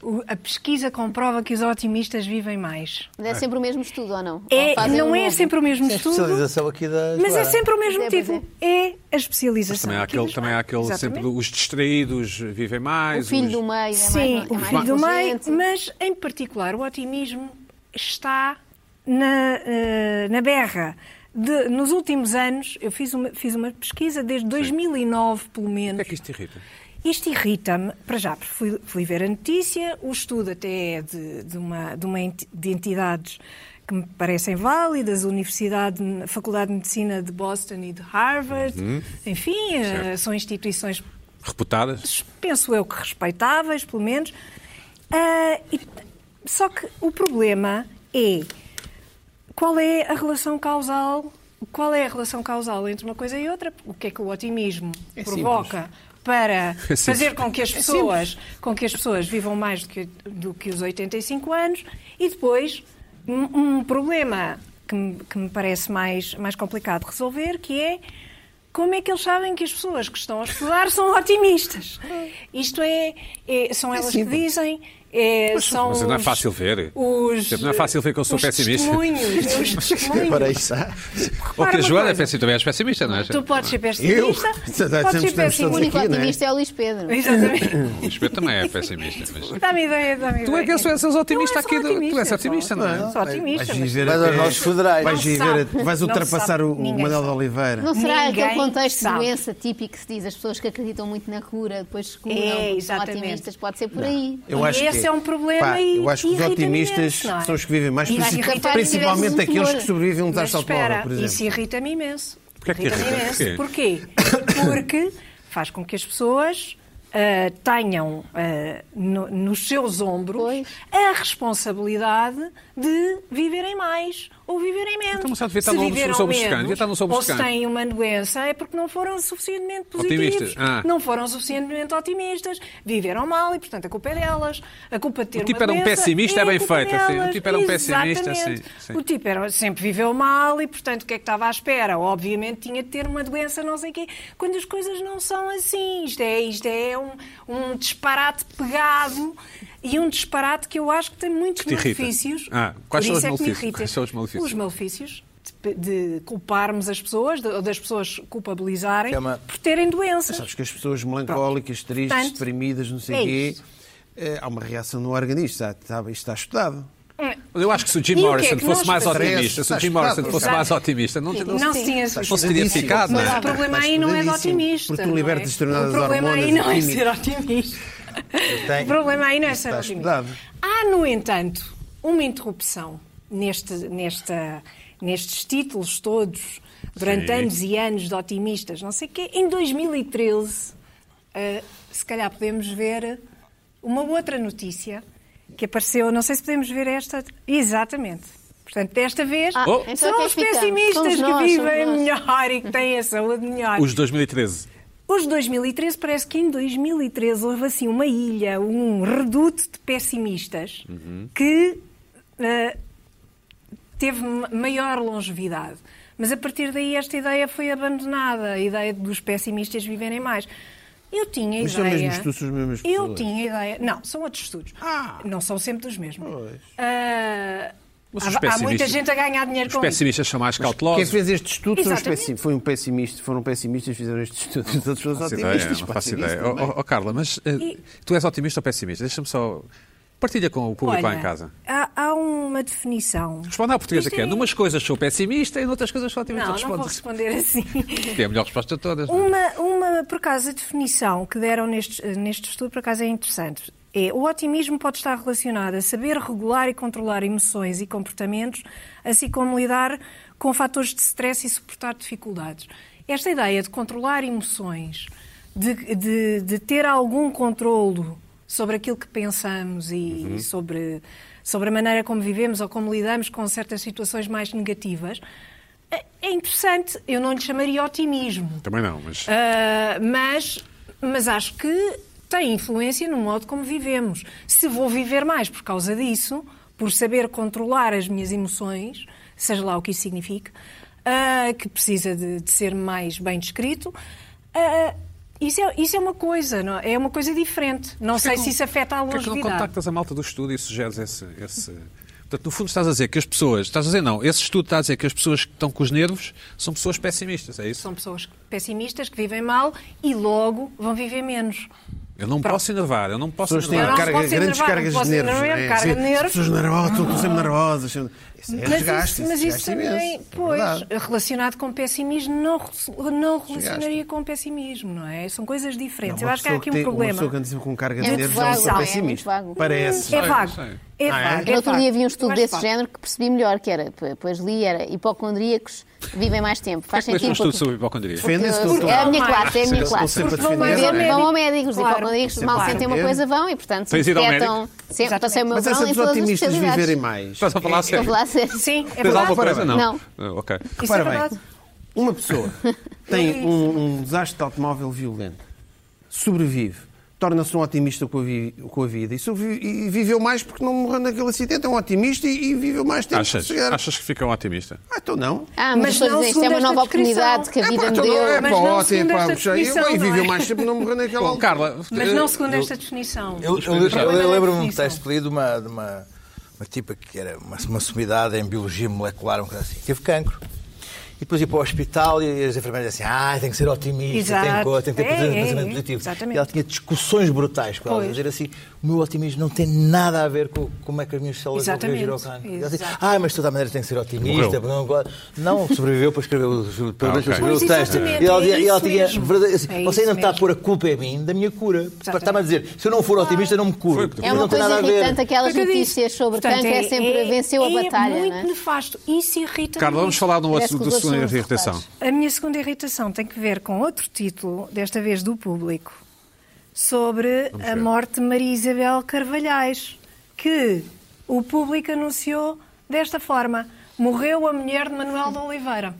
o- a pesquisa comprova que os otimistas vivem mais.
É sempre o mesmo estudo, ou não?
É,
Ou fazem um
não é
novo?
sempre o mesmo
A
estudo,
especialização aqui da.
mas é
Joana.
sempre o mesmo
Pois é, pois
título. É a especialização.
Também há
Aqui
é aquele,
diz-
também há aquele
Exatamente.
sempre, do- os distraídos vivem
O
mais.
filho
os-
do meio é mais,
Sim,
é
o
mais
filho do meio,
inteligente.
mas em particular o otimismo está na, eh, na berra. De- nos últimos anos, eu fiz uma, fiz uma pesquisa desde 2009, pelo
O
menos.
que é que isto te irrita?
Isto irrita-me, para já, porque fui, fui ver a notícia, o estudo até é de, de uma, de, uma enti- de entidades que me parecem válidas, a Universidade, a Faculdade de Medicina de Boston e de Harvard, enfim, eh, são instituições
Reputadas?
penso eu que respeitáveis, pelo menos. Ah, e- só que o problema é qual é a relação causal, qual é a relação causal entre uma coisa e outra, o que é que o otimismo provoca para
É simples.
fazer com que as pessoas, com que as pessoas vivam mais do que, do que os 85 anos e depois um, um problema que me, que me parece mais, mais complicado de resolver, que é como é que eles sabem que as pessoas que estão a estudar são otimistas? Isto é, é- são elas que dizem, é, são
mas não é
os-
fácil ver.
os-
Não é fácil ver que eu sou
os
pessimista.
Testemunhos, os testemunhos.
Ou que a
uma
Joana é
coisa.
pessimista, também és pessimista, não é?
Tu podes ser
Eu?
pessimista, podes ser
Estamos
O único
todos
pessimista.
aqui, não é?
otimista é o Luís Pedro.
Exatamente.
O Luís Pedro também é pessimista. Mas...
Dá-me ideia, dá-me ideia.
Tu é que és- és otimista
Não, eu sou
aqui do- tu és
otimista,
otimista, não é?
sou- Sou otimista. mas- é
viver
Mas
até-
aos nossos funerais.
Vais,
Não
viver,
sabe.
vais
Não
ultrapassar
sabe.
o, o
Ninguém
Manuel de
sabe.
Oliveira.
Não será
Ninguém
aquele contexto
sabe.
de doença típico que se diz, as pessoas que acreditam muito na cura, depois se curam,
É,
porque são
exatamente.
otimistas, pode ser por aí.
Eu
E
acho que-
esse é um problema
Pá,
e
eu acho que os
irrita-me
otimistas
imenso, não é?
são os que vivem mais,
E vai
princi-
irritar-me
principalmente
imenso,
aqueles
senhor.
que sobrevivem a um
Mas
desastre
espera,
automóvel, por exemplo.
Isso irrita-me imenso.
Porquê é que
Irrita-me
irrita?
imenso. Porquê? Porque faz com que as pessoas ah, tenham ah, no- nos seus ombros
Pois.
a responsabilidade de viverem mais ou viverem menos.
Então, mas só devia estar
se
no ombro-
viveram
sobre o scan,
menos,
devia estar no sobre o
ou se
scan.
têm uma doença é porque não foram suficientemente
Otimistas,
positivos,
ah.
não foram suficientemente otimistas, viveram mal e, portanto, a culpa é delas. A culpa de ter
O tipo
uma
era um
doença
pessimista, é
a
bem
culpa
feito, assim. O
delas.
tipo era um pessimista,
Exatamente.
sim, sim.
O tipo era, sempre viveu mal e, portanto, o que é que estava à espera? Obviamente tinha de ter uma doença, não sei o quê. Quando as coisas não são assim, isto é, isto é um, um disparate pegado e um disparate que eu acho que tem muitos
te irrita.
malefícios.
Ah, quais
Por
são os
isso é que me
malefícios?
irrita.
Quais são os malefícios?
Os malefícios de, de culparmos as pessoas, de- ou das pessoas culpabilizarem
É uma-
por terem doenças.
Sabes que as pessoas melancólicas, tristes,
Portanto,
deprimidas, não sei o
é
quê,
isto.
eh, há uma reação no organismo. Isto está, isto está estudado.
Eu acho que se o Jim
E o que é
Morrison
que
fosse
nós
mais
fazemos?
otimista, se o
Estás
Jim Morrison
estudado,
fosse
exato.
mais otimista, não
Sim.
Não se tinha
não se teria ficado, não
Mas
é?
o problema aí não é de otimista.
Porque tu
não é?
libertas determinadas
O problema
hormonas.
aí
e
não é
químicos.
ser otimista.
Tem-
O problema aí não é
Isso
ser
está
otimista.
estudado.
Há, no entanto, uma interrupção neste, nesta, nestes títulos todos, durante
Sim.
anos e anos de otimistas, não sei o quê. Em 2013, ah, se calhar podemos ver uma outra notícia que apareceu. Não sei se podemos ver esta. Exatamente. Portanto, desta vez,
Ah, então
são
quem ficamos?
os
Somos
pessimistas
nós,
que vivem
somos nós.
melhor e que têm a saúde melhor.
Os de 2013.
Os 2013, parece que em 2013 houve assim uma ilha, um reduto de pessimistas
Uhum.
que eh, teve ma- maior longevidade. Mas a partir daí esta ideia foi abandonada, a ideia dos pessimistas viverem mais. Eu tinha
Mas são
ideia.
mesmo estudos, são as mesmas
eu
pessoas.
tinha ideia. Não, são outros estudos.
Ah.
Não são sempre dos mesmos. Ah,
Mas
há-
os
há, muita
pessimistas-
gente a ganhar dinheiro
Os
com isso.
pessimistas são mais
Quem
cautelosos.
fez este estudo são os
Exatamente.
pessim- foi um pessimista, foram pessimistas, fizeram este estudo. Os outros foram os
Não faço ideia,
otimistas.
não
pá,
faço
tem isso
ideia. Oh, Ó
também.
ó, ó, Carla, mas eh, tu és otimista ou pessimista? Deixa-me só. Partilha com o público lá
Olha,
em casa.
Há, há uma definição.
Responde à portuguesa
Isto
que é.
é-
Numas coisas sou pessimista e noutras coisas sou otimista.
Não, não vou Um
Responde.
responder assim.
Que é a melhor resposta de todas. não é?
Uma, uma, por acaso, a definição que deram neste, neste estudo, por acaso, é interessante. É, o otimismo pode estar relacionado a saber regular e controlar emoções e comportamentos, assim como lidar com fatores de stress e suportar dificuldades. Esta ideia de controlar emoções, de, de, de ter algum controlo sobre aquilo que pensamos e sobre, sobre a maneira como vivemos ou como lidamos com certas situações mais negativas, é- é interessante. Eu não lhe chamaria otimismo.
Também não, mas. é
Uh, mas, mas acho que tem influência no modo como vivemos. Se vou viver mais por causa disso, por saber controlar as minhas emoções, seja lá o que isso signifique, uh, que precisa de, de ser mais bem descrito. uh, isso é, isso é uma coisa, não é? É uma coisa diferente. Não sei se isso afeta a
Porquê é que não
longevidade.
contactas a malta do estudo e sugeres esse. esse... Portanto, no fundo estás a dizer que as pessoas. Estás a dizer não. Esse estudo está a dizer que as pessoas que estão com os nervos são pessoas pessimistas, é isso?
São pessoas pessimistas que vivem mal e logo vão viver menos.
Eu não posso enervar, eu não posso
As pessoas têm
Não, não
enervar.
se
carga-
pode ser
grandes
nervoso,
cargas
não
de
pode ser
nervos.
nervoso,
não é?
carga de
Sim,
nervos.
As pessoas nervosas, estão sempre nervosas. sempre- Isso é
Mas
desgaste,
isso, mas
desgaste
isso também,
imenso, é
pois,
verdade.
relacionado com pessimismo, não, re- não relacionaria com pessimismo, não é? São coisas diferentes.
Não,
Eu
uma
acho que há
pessoa
aqui
tem-
um
Uma pessoa que
problema.
anda sempre com carga de
É muito
nervos
vago,
é um
não é? É
pessimista.
muito vago.
Parece.
É vago.
sei.
É
Ah, é?
vago.
No
é
outro
vago.
dia vi um estudo
Eu acho
desse
vago.
género que percebi melhor, que era, pois li, era hipocondríacos vivem mais tempo. Faz
Mas um
sentido
estudo
porque,
sobre hipocondria.
Defende-se, doutor.
é a minha
Porque-
classe, é a minha
Porque-
classe.
Sempre a
Porque vão mais
defender.
ao
Ver-
médico.
Vão ao médico, os
Claro.
hipocondríacos
Sempre
mal
ao
sentem uma
médico.
coisa, vão e portanto se
Tens ido ao
detectam. Sempre passei o meu
Mas
é
essa
verão em
dos
todas as
otimistas
Então,
especialidades.
viverem mais.
Estás a falar a
Estou a
sério?
falar a sério.
Sim, é
Tens alguma
verdade.
coisa? Não.
Não.
Ah, ok.
Isso é
Repara bem.
verdade.
Uma pessoa tem um, um desastre de automóvel violento, sobrevive, torna-se um otimista com a, vi- com a vida e, sobrevi- e viveu mais porque não morreu naquele acidente. É um otimista e, e viveu mais tempo.
Achas,
Se calhar-
achas que fica um otimista?
Ah, então não.
Ah, mas,
Mas
estou a
não
dizer, isto é
segundo
uma
esta
nova
descrição.
oportunidade que a vida me
então não, é
deu.
Mas
pá,
não
ótimo,
segundo
pá,
esta
puxei.
definição,
E viveu
não é?
mais tempo, não morreu naquela
Bom,
altura.
Carla, eh,
Mas
eu-
não segundo esta definição.
Eu, eu,
Problema
eu- eu
da
é
lembro-me de um
definição.
texto que li de uma, de uma, uma tipa que era uma, uma sumidade em biologia molecular, uma coisa assim. Teve cancro. E depois ia para o hospital e as enfermeiras diziam ah, tem que ser otimista, tem
Exato.
que, tem que ter
É, é,
pensamento
é,
positivo.
exatamente.
E ela tinha discussões brutais com ela,
Pois.
dizer assim, o meu otimismo não tem nada a ver com como é que as minhas células vão
Exatamente,
reagir ao cancro. Ele diz,
exato.
ah, mas de toda a maneira tem que ser otimista. porque Não, gosto." não sobreviveu para escrever o, para
Ah, ok.
escrever o
Pois,
texto.
exatamente,
E
é
ela, e ela
isso
tinha
mesmo.
verdade- assim,
É
você
isso
ainda está a
mesmo.
pôr a culpa em mim da minha cura. Está-me a dizer, se eu não for otimista, não me curo.
É uma
não tem
coisa
nada a ver.
irritante, aquelas
Foi o que eu
notícias
disse.
sobre
é Portanto,
cancro é sempre venceu a
é
batalha,
muito
não é?
nefasto. Isso irrita
Carlos, vamos falar de um
Parece
assunto
que
da
os
segunda
outros são
irritação.
A minha segunda irritação tem que ver com outro título, desta vez do público, sobre a
ver.
morte de Maria Isabel Carvalhais, que o público anunciou desta forma: morreu a mulher de Manuel de Oliveira.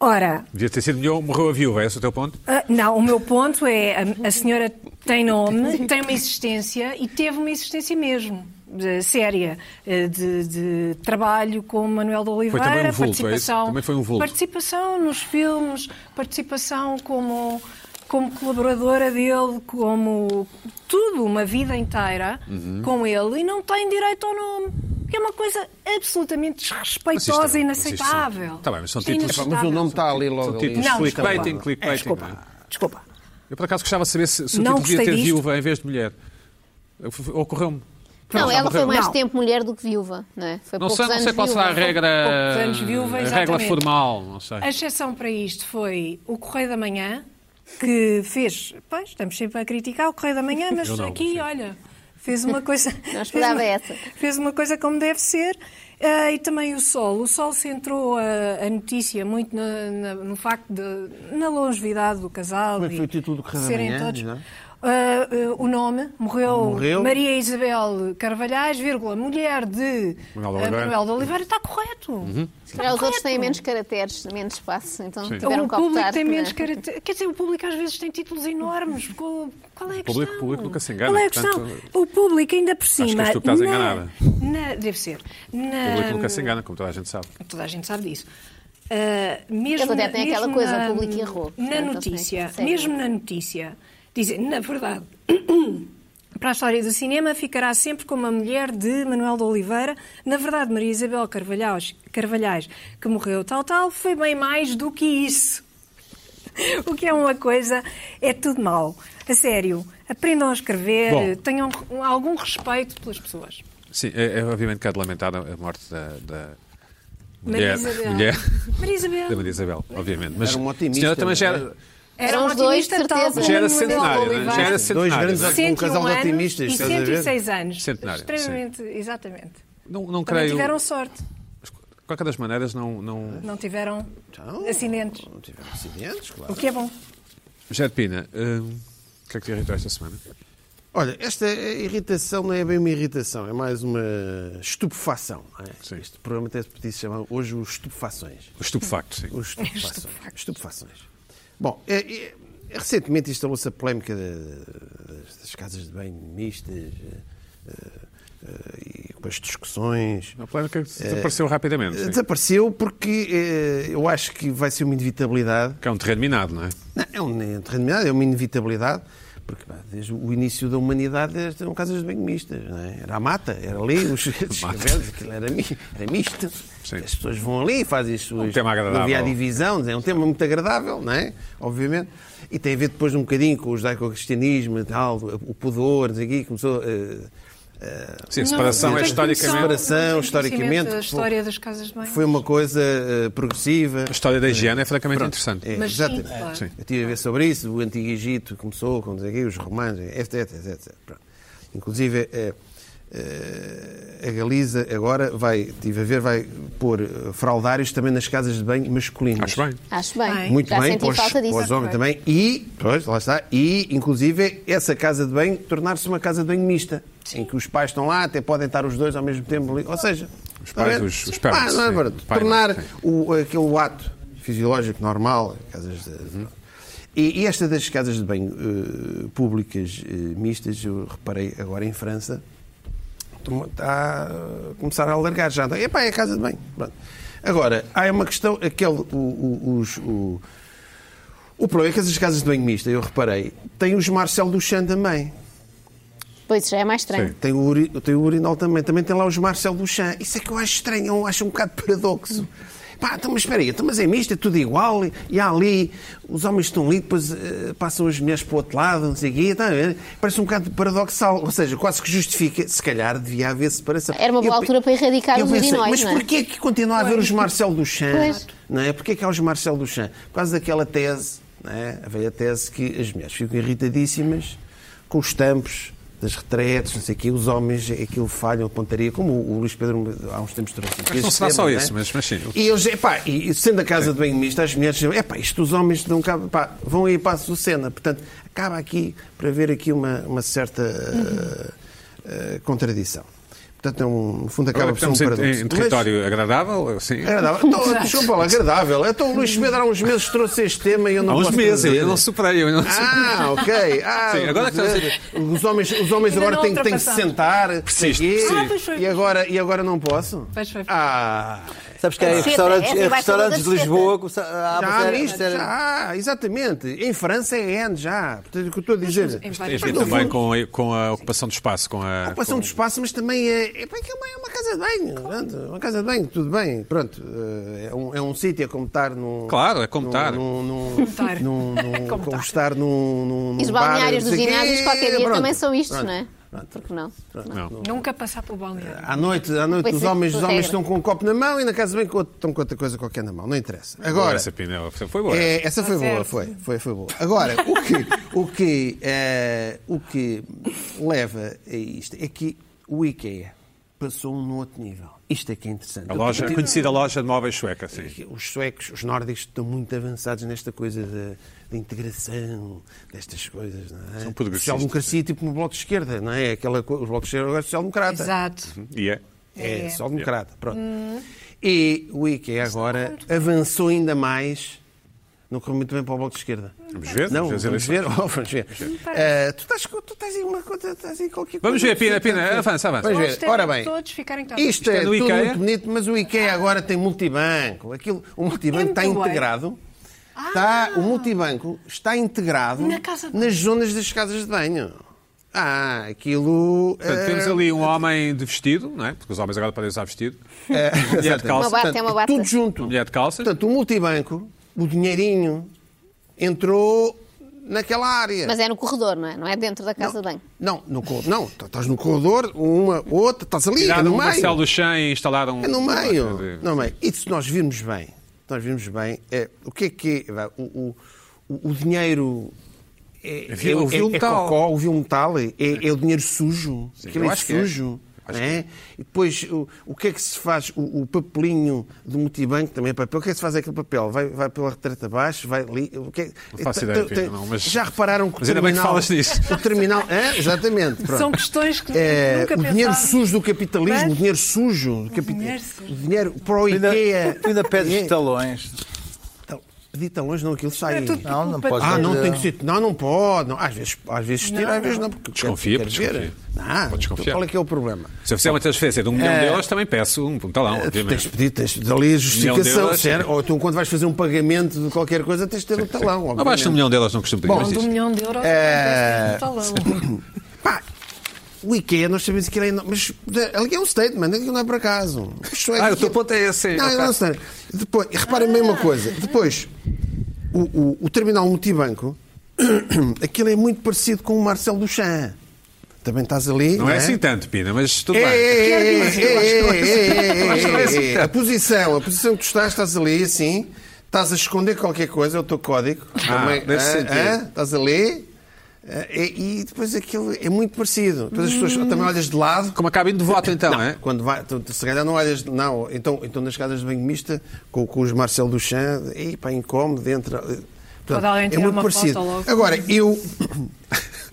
Ora,
Devia ter sido melhor, morreu a viúva, esse é o teu ponto?
ah, não, o meu ponto é a, a senhora tem nome, tem uma existência e teve uma existência mesmo. de- séria, eh, de, de trabalho com o Manuel de Oliveira,
também um vulto, é isso?
participação,
Também foi um vulto.
participação nos filmes, participação como, como colaboradora dele, como tudo, uma vida inteira
Uhum.
com ele e não tem direito ao nome. Que é uma coisa absolutamente
Mas
desrespeitosa
isto
e
é- mas isto-
inaceitáculo.
Está bem, mas são
É
títulos-
inaceitável.
Mas o nome está ali logo.
São
ali.
títulos
Não,
clickbaiting,
desculpa.
clickbaiting. não é?
Desculpa, desculpa.
Eu por acaso gostava de saber se, se o
Não
título devia
gostei
ter
disto.
viúva em vez de mulher. Eu- f- Ocorreu-me.
Não,
Já
ela foi
morreu.
mais
Não.
tempo mulher do que viúva, não é? Foi
Não
poucos
sei, não sei
anos
qual será a
viúva.
regra,
poucos anos viúva,
a regra
exatamente.
formal, não sei.
A exceção para isto foi o Correio da Manhã, que fez. Pois, estamos sempre a criticar o Correio da Manhã, mas
Eu não,
aqui,
sim.
olha, fez uma coisa.
Não esperava
fez uma-
essa.
Fez uma coisa como deve ser. Ah, e também o Sol. O Sol centrou a, a notícia muito na- na- no facto de. na longevidade do casal.
Como é que
e
foi o título do Correio da
serem
Manhã,
todos-
não é?
Ah, ah, o nome morreu,
Morreu.
Maria Isabel Carvalhais, vírgula, mulher de
Manuel de
ah,
Oliveira.
Manuel de Oliveira, está correto.
Uhum.
Se calhar os outros têm menos caracteres, menos espaço, então
Sim.
tiveram
o
que
público
optar.
tem
por- eh,
menos caracteres. Quer dizer, o público às vezes tem títulos enormes. Qual, qual é a
O público-
questão?
o público nunca se engana,
Qual é a questão?
portanto,
o público ainda por
que
cima.
és tu que estás
na-
enganada.
na- deve ser.
O
Na,
público nunca se engana, como toda a gente sabe.
Toda a gente sabe disso. Ah, mesmo
Eles até têm
mesmo
aquela coisa,
na,
o público errou. Portanto,
Na
eles têm
notícia,
que ser.
mesmo na notícia, dizem, na verdade, para a história do cinema ficará sempre como a mulher de Manuel de Oliveira. Na verdade, Maria Isabel Carvalhais, Carvalhais que morreu tal, tal, foi bem mais do que isso. O que é uma coisa, é tudo mau. A sério, aprendam a escrever,
Bom.
tenham algum respeito pelas pessoas.
Sim, é, é obviamente que há de lamentar a a morte da, da mulher,
Maria Isabel.
mulher
Maria Isabel.
da Maria Isabel, obviamente. Mas
Era um
a
otimista,
senhora também já
não
era,
Era um
Eram os dois,
otimista
de
tal
certeza.
como
já era
o Manuel
centenário,
Oliveira.
né? já era
Dois
centenário.
grandes
não é?
um
101
casal de
anos
otimistas,
e
estás a ver?
106 anos.
Centenário,
Extremamente, exatamente.
Não, não
Também
creio.
tiveram sorte.
Mas, De qualquer das maneiras, não. não...
Não tiveram
Então,
acidentes.
Não tiveram acidentes, claro.
O que é bom.
José de Pina, hum, o que é que te irritou esta semana?
Olha, esta irritação não é bem uma irritação, é mais uma estupefação. não é?
Sim.
Este programa até se podia chamar hoje os estupefações.
O estupefacto, sim.
Os estupefações. estupefações. Bom, é, é, é, recentemente instalou-se a polémica de- das, das casas de banho mistas eh, eh, eh, e com as discussões.
A polémica desapareceu rapidamente. sim.
Desapareceu porque eh, eu acho que vai ser uma inevitabilidade
Que é um terreno minado, não é?
não, é um é um terreno minado, é uma inevitabilidade, porque pá, desde o início da humanidade eram casas de banho mistas, não é? Era a mata, era ali, os os
Mata.
cabelos, aquilo era, mi- era misto.
Sim.
As pessoas vão ali e fazem as suas.
Um tema agradável.
Não havia a divisão, é um tema muito agradável, não é? Obviamente. E tem a ver depois um bocadinho com o judaico-cristianismo e tal, o pudor, não sei o quê, começou. eh,
Sim, a separação
Não,
é
tem
historicamente.
condição,
Separação,
tem
historicamente,
conhecimento da história das casas de banho.
foi uma coisa eh, progressiva.
A história da higiene é francamente interessante.
É,
Mas sim,
exatamente.
claro.
Sim.
Eu tive a ver sobre isso, o Antigo Egito começou com não sei o quê, os romanos, etc, etc, etc. Pronto. Inclusive, eh, eh, a Galiza agora vai, tive a ver, vai pôr eh, fraldários também nas casas de banho masculinas.
Acho bem.
Acho bem.
Muito
Já
bem,
senti
para os,
falta disso.
para os homens também. E, pois, lá está, e, inclusive, essa casa de banho tornar-se uma casa de banho mista. Em que os pais estão lá, até podem estar os dois ao mesmo tempo ali. Ou seja,
Os
está
pais,
vendo?
os- os parents,
Ah, não é
sim.
verdade.
O pai não,
tornar
sim.
o, aquele ato fisiológico normal, casas de.
Uhum.
E, e esta das casas de banho eh, públicas eh, mistas, eu reparei agora em França, está a começar a alargar já. Epá, é a casa de banho. Pronto. Agora, há uma questão, aquele, o, o- os- o- o problema é que essas casas de banho mista, eu reparei, tem os Marcel Duchamp também.
Pois isso já é mais estranho.
Sim.
Tem o, uri, tem o urinal também. Também tem lá os Marcel Duchamp. Isso é que eu acho estranho, eu acho um bocado paradoxo. Pá, então, mas espera aí, então, mas é misto, é tudo igual, e há ali, os homens estão ali, depois eh, passam as mulheres para o outro lado, não sei o quê, tá, eh, parece um bocado paradoxal, ou seja, quase que justifica, se calhar devia haver separação.
Era uma boa
Eu-
altura para erradicar
eu
os
pensei,
urinóis,
Mas
não é?
porquê que continua a haver os Marcelo Duchamp?
Pois.
Não é? Porquê que há os Marcelo Duchamp? Por causa daquela tese, não é? a velha tese que as mulheres ficam irritadíssimas com os tampos das retretes, não sei o quê, os homens, aquilo falham, a pontaria, como o, o Luís Pedro há uns tempos trouxe. aqui
Mas não
este
será só
tema,
isso,
não é?
mas- mas sim.
E eles, epá, e sendo a casa de banho mista, as mulheres dizem, epá, isto os homens não cabe, epá, vão aí para a Sucena. Portanto, acaba aqui para haver aqui uma, uma certa eh, eh, contradição. Portanto, é um, no fundo acaba
Agora
por ser um
estamos em,
paradoxo.
em
Mas-
território agradável, assim.
Agradável. Então, desculpa lá, agradável. Então o Luís Pedro há uns meses trouxe este tema e eu não
Há uns
posso
meses, eu
trazer.
ainda não superei. Eu ainda não superei.
Ah, ok. Ah,
Sim, agora que estás a dizer-
os homens, os homens
Ainda
agora
não
têm, têm que se
ultrapassamos.
sentar.
Persiste,
e,
persiste.
Ah, pois foi.
e agora e agora não posso?
Pois foi.
Ah,
Sabes que é
Seta, é
restaurantes, é
assim, vai
restaurantes de
toda a
Lisboa. começa- ah, mas
já há
era-
nisto,
era-
já há, exatamente. Em França é N já. Portanto, o que eu estou a dizer.
Em
Tem a
vários
ver
Mas no
também
fundo- Ah,
com a, com a ocupação do espaço, com a.
ocupação
com-
do espaço, mas também é, é, pá, aquilo é uma casa de banho. pronto, é uma casa de banho, tudo bem. Pronto, eh, é um, é um sítio, é como estar num.
Claro, é como
num-
estar.
Num, num,
estar.
num- num- como
Como estar.
estar num. num, num
E os
bar,
balneários
não
dos
sei quê,
ginásios qualquer dia
pronto.
também são isto,
Pronto.
não é?
Pronto.
Porque não?
Não.
é-
Nunca passar pelo balneário.
À noite, à noite
Pois
os
é,
homens, os
por
homens
regra.
estão com um copo na mão e na casa de banho com outro- estão com outra coisa qualquer na mão, não interessa.
Agora.
Agora,
Essa opinião foi boa.
É, essa foi
Tá
boa,
certo.
foi, foi, foi boa. Agora, o que, o que, eh, o que leva a isto é que o IKEA passou um no outro nível. Isto é que é interessante.
A loja, a conhecida loja de móveis sueca, sim.
Os suecos, os nórdicos estão muito avançados nesta coisa da da integração, destas coisas, não é?
São progressistas.
Social-democracia tipo no Bloco de Esquerda, não é? Aquela, co- o Bloco de Esquerda agora é social-democrata.
Exato.
Uhum.
E é.
É,
É.
social-democrata, pronto. E o IKEA agora avançou ainda mais, não correu muito bem para o Bloco de Esquerda.
Vamos ver?
Não,
vamos ver.
vamos
as
ver.
eleições.
Oh, vamos ver. Eh, tu, estás, com- tu estás aí uma coisa, estás aí qualquer
Vamos
coisa.
ver, Pina, Pina, avança, avança.
Vamos
Todos
ver.
têm-
é, Ora bem,
é todos ficarem calmos.
isto é,
é do
tudo
IKEA?
muito bonito, mas o IKEA agora tem multibanco. Aquilo, o multibanco
É
está
muito bem.
integrado. Está, o multibanco está integrado
Na casa de
nas zonas das casas de banho. Ah, aquilo...
Portanto,
eh,
temos ali um homem de vestido, não é? Porque os homens agora podem usar vestido.
É,
Uma mulher de
Uma
calças.
bata, é uma bata.
Tudo junto.
Uma mulher de calças.
Portanto, o multibanco, o dinheirinho, entrou naquela área.
Mas é no corredor, não é? Não é dentro da casa de banho.
Não, no corredor. Não, estás no corredor, uma, outra, estás ali, é
Tiraram
no
o um Marcelo
meio.
Duchamp e um- instalaram...
É no
uma loja
meio.
de-
No meio. E se nós virmos bem, se nós virmos bem, é, o que é que é? vá, O, o, o dinheiro. É,
É vil-
é-
o vil
é- é
metal.
cocó, o vil metal, é, é o dinheiro sujo. aquilo
eu
é
acho que é.
sujo. não é? E depois, o, o que é que se faz? O, o papelinho do multibanco também é papel. O que é que se faz aquele papel? Vai, vai pela retreta abaixo, vai ali. O que é-
Não faço
Então,
ideia,
tem-
Pedro, não, mas-
Já repararam que
Mas ainda bem que
terminal-
falas nisso.
O terminal. É, exatamente. pronto.
São questões que
É,
nunca
o dinheiro
pensava.
sujo do capitalismo,
Mas-
o dinheiro sujo do
dinheiro
capitalismo.
sujo.
O dinheiro para o
Ainda,
IKEA. Então,
ainda pedes
É,
talões.
tal- Pedir talões, não, aquilo sai.
É tudo-
Não, não podes.
Ah, não
pedir.
tem que ser. Não, não pode. Não. Às vezes, às vezes tira, às vezes não. Porque
Desconfia,
quero-
pois,
quero ver. Não,
Podes desconfiar.
Qual é que é o problema?
Se eu fizer uma transferência de um milhão de euros, também peço um, um talão,
Tu É. tens de
obviamente.
pedir, tens de dar ali a
Milhão de
justificação,
euros,
certo?
sim.
Ou tu, quando vais fazer um pagamento de qualquer coisa, tens de ter um talão.
Não basta um
obviamente.
milhão de euros, não costumo pedir, mas
Onde um
isto.
milhão de euros
É.
é... um talão.
Pá, o IKEA, nós sabemos que ele é. enorme, Mas ali é um statement, aquilo não é por acaso. Os suecos-
Ah, o teu ponto é esse,
Não,
ok.
não, não. Depois, reparem bem uma coisa. Depois, o, o- o terminal multibanco, aquilo é muito parecido com o Marcelo Duchamp. Também estás ali.
Não é assim tanto, Pina, mas tudo
né? É,
bem.
é, é,
Quer dizer,
é,
eu acho que não
é, é,
acho que não é
é,
assim
é, é.
tanto.
A posição, a posição que tu estás, estás ali assim, estás a esconder qualquer coisa, é o teu código.
Ah, nesse
ah,
sentido.
ah, estás ali ah, e, e depois aquilo é muito parecido. Depois as pessoas também olhas de lado.
Como a cabine de voto, então, é?
Quando vai, tu, tu, se calhar não olhas. Não, então, então nas casas de banho mista, com, com os Marcelo Duchamp, e pá, incómodo, entra. Portanto,
alguém
é
tirar
muito
uma foto
parecido.
logo.
Agora, eu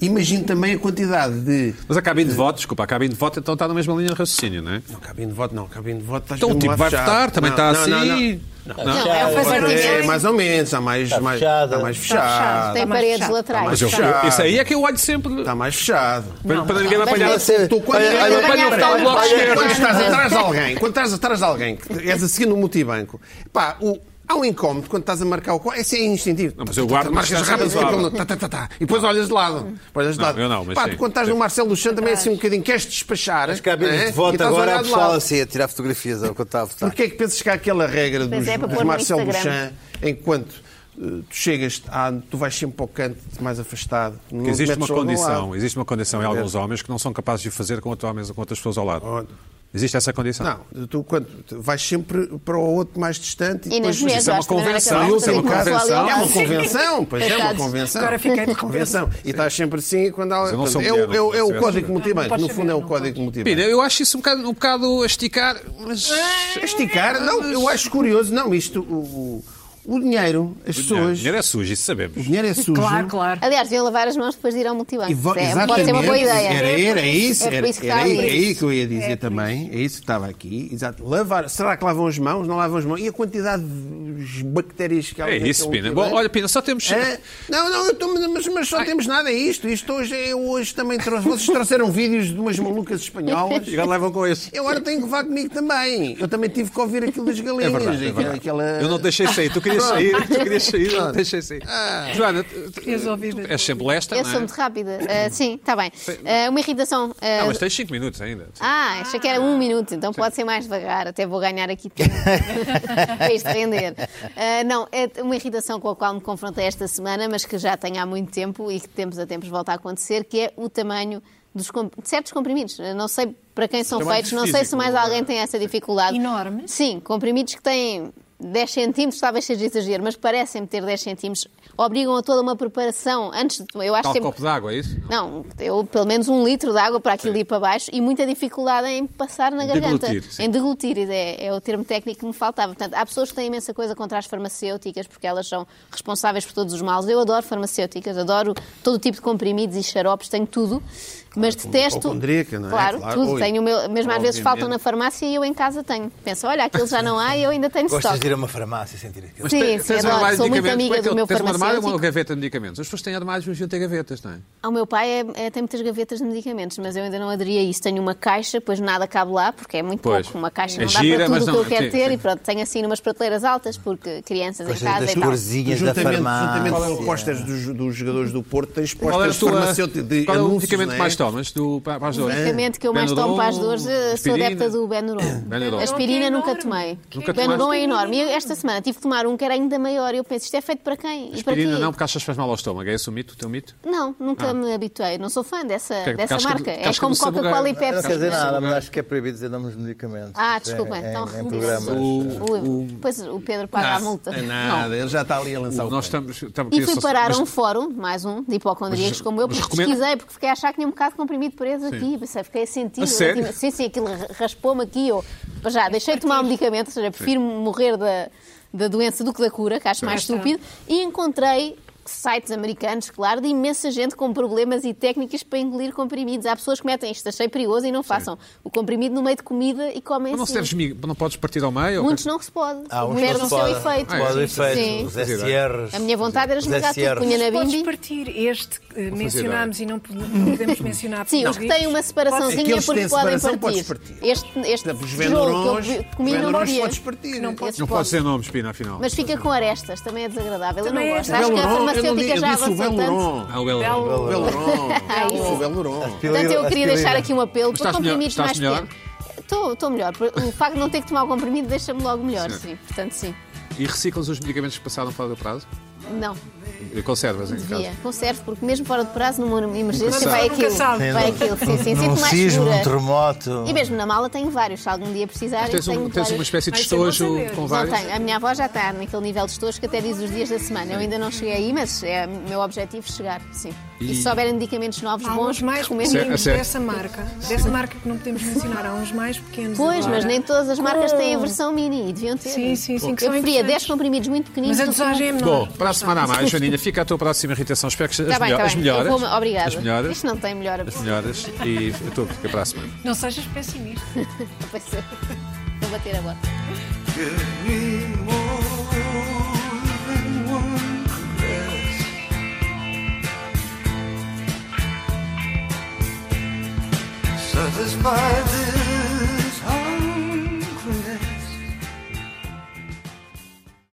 imagino também a quantidade de.
Mas a cabine de voto, desculpa, a cabine de voto então está na mesma linha de raciocínio, não é?
Não, cabine de voto não, cabine de voto estás
Então o
mesmo
tipo
lá
vai
fechado.
votar, também
Não,
está
não,
assim.
não, não.
Não,
já,
é o fazer
agora
um
É,
dinheiro.
mais ou menos, está mais,
Tá
Está
mais,
fechada.
está mais
Está fechado,
fechado.
Tem
está mais
paredes
fechado.
laterais.
Mas eu, eu, isso aí é que eu olho sempre
Está mais fechado.
para, para ninguém me
mas é
apanhar.
vai ser-
Tu, quando,
Olha, olha,
quando-
olha o tal bloco
olha,
esquerdo.
quando estás atrás de alguém, quando estás atrás de alguém, que és a seguir no multibanco, pá, o, Há um incómodo quando estás a marcar o colo. Esse é instintivo.
Não, mas eu guardo uma
Marcas
distância
rápido
razoável.
aquilo, tá, tá, tá, tá. e depois olhas de lado. Depois olhas de
Não,
lado.
eu não, mas
Pá,
sim.
tu quando estás no Marcelo Luchão também é assim um bocadinho. Queres despachar.
As cabines
não é?
de
E
voto
estás a
agora
olhar
há
de
pessoal
lado.
assim a tirar fotografias ao que eu estava a votar.
Porquê é que pensas que há aquela regra
Pois
dos,
é, para
dos
pôr no
Marcelo
Instagram.
Luchan em que quando eh, tu chegas, ah, tu vais sempre para o canto mais afastado. Não
Porque
te
existe uma
metes logo ao lado.
condição, existe uma condição em alguns homens que não são capazes de o fazer com, outro homem, com outras pessoas ao lado. Existe essa condição.
Não, tu quando tu vais sempre para o outro mais distante
E
e
nas
depois
mulheres,
isso é
eu
uma
acho que também era
convenção,
aquela
isso é uma
coisa do pessoal
convenção.
ali
É
ao
uma
lado.
convenção, pois é uma
Coitados.
convenção.
Agora fiquei de
convenção. E estás sempre assim quando há.
Mas eu não sou
é,
mulher,
o- é o- é o
não
código
posso
saber.
motivante. No fundo é o
Não
código
Pina,
motivante.
eu acho isso um bocado, um bocado a esticar, mas.
É
Esticar, não, eu acho curioso, não, isto, o, o- o dinheiro, as
Não,
pessoas.
dinheiro é sujo, isso
O
sabemos.
dinheiro é sujo.
Claro, claro.
Aliás, deviam lavar as mãos depois de ir ao multibanco.
E vo-
Isso é- pode ser uma boa ideia.
Era, era isso,
É por
era,
isso que
era
está
aí,
ali.
é aí que eu ia dizer também. É isso que estava aqui. Exato. Lavar. Será que lavam as mãos? Não lavam as mãos? E a quantidade de bactérias que há
É
naquele
isso, Pina.
multibanco?
Bom, olha, Pina, só temos.
É? Não, não, eu tô, mas, mas só temos nada a isto. Isto hoje, eu hoje também trouxe. Vocês trouxeram vídeos de umas malucas espanholas.
agora levam com esse.
Eu agora tenho que levar comigo também. Eu também tive que ouvir aquilo das galinhas.
verdade, é
aquela,
verdade.
aquela-
Eu não te deixei sair, tu querias sair, tu queria sair, eu não te deixei sair.
Joana, tu-
Uhum.
tu-
Resolvido.
tu és sempre lesta,
Ah. Eu
não
sou
é?
muito rápida. Ah, sim, está bem. Ah, uma irritação. ah,
Não, mas tens 5 minutos ainda.
Ah, achei que era um minuto, então pode ser mais devagar, até vou ganhar aqui tempo para isto render. Ah, não, é uma irritação com a qual me confrontei esta semana, mas que já tenho há muito tempo e que de tempos a tempos volta a acontecer, que é o tamanho dos com- de certos comprimidos. Eu Não sei para quem são
Tamanho
feitos, não sei
físico,
se mais
não é?
alguém tem essa dificuldade.
Enorme.
Sim, comprimidos que têm 10 centímetros, talvez seja exagero, mas parecem ter 10 centímetros, obrigam a toda uma preparação antes de. Eu acho
Tal
sempre-
copo d'água, é isso?
não, eu pelo menos um litro de água para aquilo ir para baixo e muita dificuldade em passar na garganta.
Deglutir, sim.
em deglutir, é, é o termo técnico que me faltava. Portanto, há pessoas que têm imensa coisa contra as farmacêuticas porque elas são responsáveis por todos os males. Eu adoro farmacêuticas, adoro todo o tipo de comprimidos e xaropes, tenho tudo, mas detesto.
hipocondríaca, não é?
Claro,
Claro,
tudo.
ui,
tenho o meu, mesmo às vezes
obviamente.
faltam na farmácia e eu em casa tenho. Penso, olha, aquilo já não há e eu ainda tenho
Gostas
estoque.
de ir a uma farmácia e sentir aquilo.
sim,
Tens-
sim,
tens um
adoro.
armário de
Sou muito
medicamentos.
amiga
Como é que
do meu
Tens um armário ou
farmacêutico.
uma gaveta de medicamentos? As pessoas têm armários, mas deviam ter gavetas, não é?
O meu pai é, é- tem muitas gavetas de medicamentos, mas eu ainda não aderi a isso. Tenho uma caixa, pois nada cabe lá, porque é muito
Pois.
pouco. Uma caixa
É
não dá
gira,
para
mas
tudo o
não-
que eu quero
sim,
ter
sim.
e pronto, tenho assim umas prateleiras altas, porque crianças em
Gostas
casa é
das
e tal.
corzinhas da
Juntamente,
farmácia.
juntamente é com os posters dos, dos jogadores do Porto, tens
Qual é, a
posters
tua-
farmacêuticos de
qual é o
anúncios,
medicamento
não
que
é?
mais tomas do, para, para as dores?
Medicamento que eu mais tomo para as dores, eh, sou
aspirina.
adepta do Benuron.
Benuron.
Aspirina
Que é
nunca
enorme.
tomei.
Nunca
Benuron
tomaste?
é enorme. E eu, esta semana tive que tomar um que era ainda maior. Eu penso, isto é feito para quem? E para quê?
Aspirina não, porque achas que faz mal ao estômago. É esse o mito, o teu mito?
Não, nunca me habituei. Não sou fã dessa,
Porque
dessa
casca-
marca. É
casca
como
do sabugal.
Coca-Cola e
Não quer
Pepsi.
Não quer dizer
mas-
nada, mas acho que é proibido dizer nomes de medicamentos.
Ah,
Isso é
desculpa,
Em,
então
em
reduzo.
programas.
Ui, Pois o Pedro paga a multa.
É nada, ele já está ali a lançar o
Nós
pano.
estamos, estamos
E fui
só-
parar
mas-
a um fórum, mais um, de hipocondríacos
Mas-
como eu,
mas
porque
recomenda-
pesquisei, porque fiquei a achar que tinha um bocado de comprimido preso aqui, pensei, fiquei a sentir.
A sério?
eu tive- Sim, sim, aquilo ra- raspou-me aqui, ou Mas já deixei de tomar o medicamento, ou seja, prefiro morrer da, da doença do que da cura, que acho mais
está.
estúpido, e encontrei sites americanos, claro, de imensa gente com problemas e técnicas para engolir comprimidos. Há pessoas que metem isto, achei perigoso e não façam. O comprimido no meio de comida e comem
Mas não,
assim.
deves, mig- não podes partir ao meio? ou-
Muitos não se pode.
Há uns
Perde
que
o
se
seu
podem.
efeito.
Pode o efeito,
Sim.
os SRs.
A minha vontade era
os
esmagar tudo.
SRs.
Punha na
Podes
bimbi.
partir este que eh, mencionámos e não podemos mencionar
Sim, os que têm uma separaçãozinha é
Aqueles que
porque
têm
podem
separação,
partir.
podes partir.
Este, este
Os
tijolo
vendorões,
que eu
os
vi- comi não
vendorões
podia.
podes partir.
Não podes.
Esses
Não pode
podes.
ser nomes, Pina, afinal.
Mas fica com arestas, também é desagradável. Eu
Também
não
é.
gosto. Acho que a
Beluron, eu não
farmacêutica
di-
já
eu disse o
avançou tanto.
Beluron.
Ah, o Elon.
O
Belo.
Beluron.
Ah, isso.
O Beluron.
Portanto, eu queria deixar aqui um apelo para
estás melhor-
comprimidos
estás
mais
melhor?
pequenos. Estou estou melhor. O facto de não ter que tomar o comprimido deixa-me logo melhor, sim. Portanto, sim.
E reciclas os medicamentos que passaram fora do prazo?
Não,
E conservas em
devia.
casa?
Conserve, porque mesmo fora de prazo, numa
Nunca
emergência, vai
sabe.
aquilo.
Nunca sabe.
Vai aquilo. Sim, sim.
Num
Sinto um mais
sismo, num
segura.
terremoto.
E mesmo na mala tenho vários. Se algum dia precisar, eu
Tens, um-
tenho
tens uma
vários.
espécie de
Ai, isso é bom
estojo
saber.
com
Não
Não
vários?
tenho. A minha avó já está naquele nível de estojo que até diz os dias da semana. Eu ainda não cheguei aí, mas é o meu objetivo chegar, sim. E, se souberem medicamentos novos,
Há uns
bons,
mais
recomendo.
pequeninos
Certo.
dessa marca, dessa marca que não podemos mencionar, há uns mais pequenos.
Pois,
agora.
mas nem todas as marcas têm a versão mini e deviam ter.
Sim, sim, sim, que
Eu
são
preferia 10
interessantes.
comprimidos muito pequeninos.
Mas a
do que um.
dosagem é menor.
Bom, para a semana a mais, Janinha, fica a tua próxima irritação. Espero que as,
Está Tá bem,
melhor-
está
as
bem.
melhoras.
Eu vou- Obrigada.
As melhoras.
Isto não tem melhor a
As melhoras. E a tua fica para a semana.
Não sejas pessimista.
Vou bater agora.
Satisfied the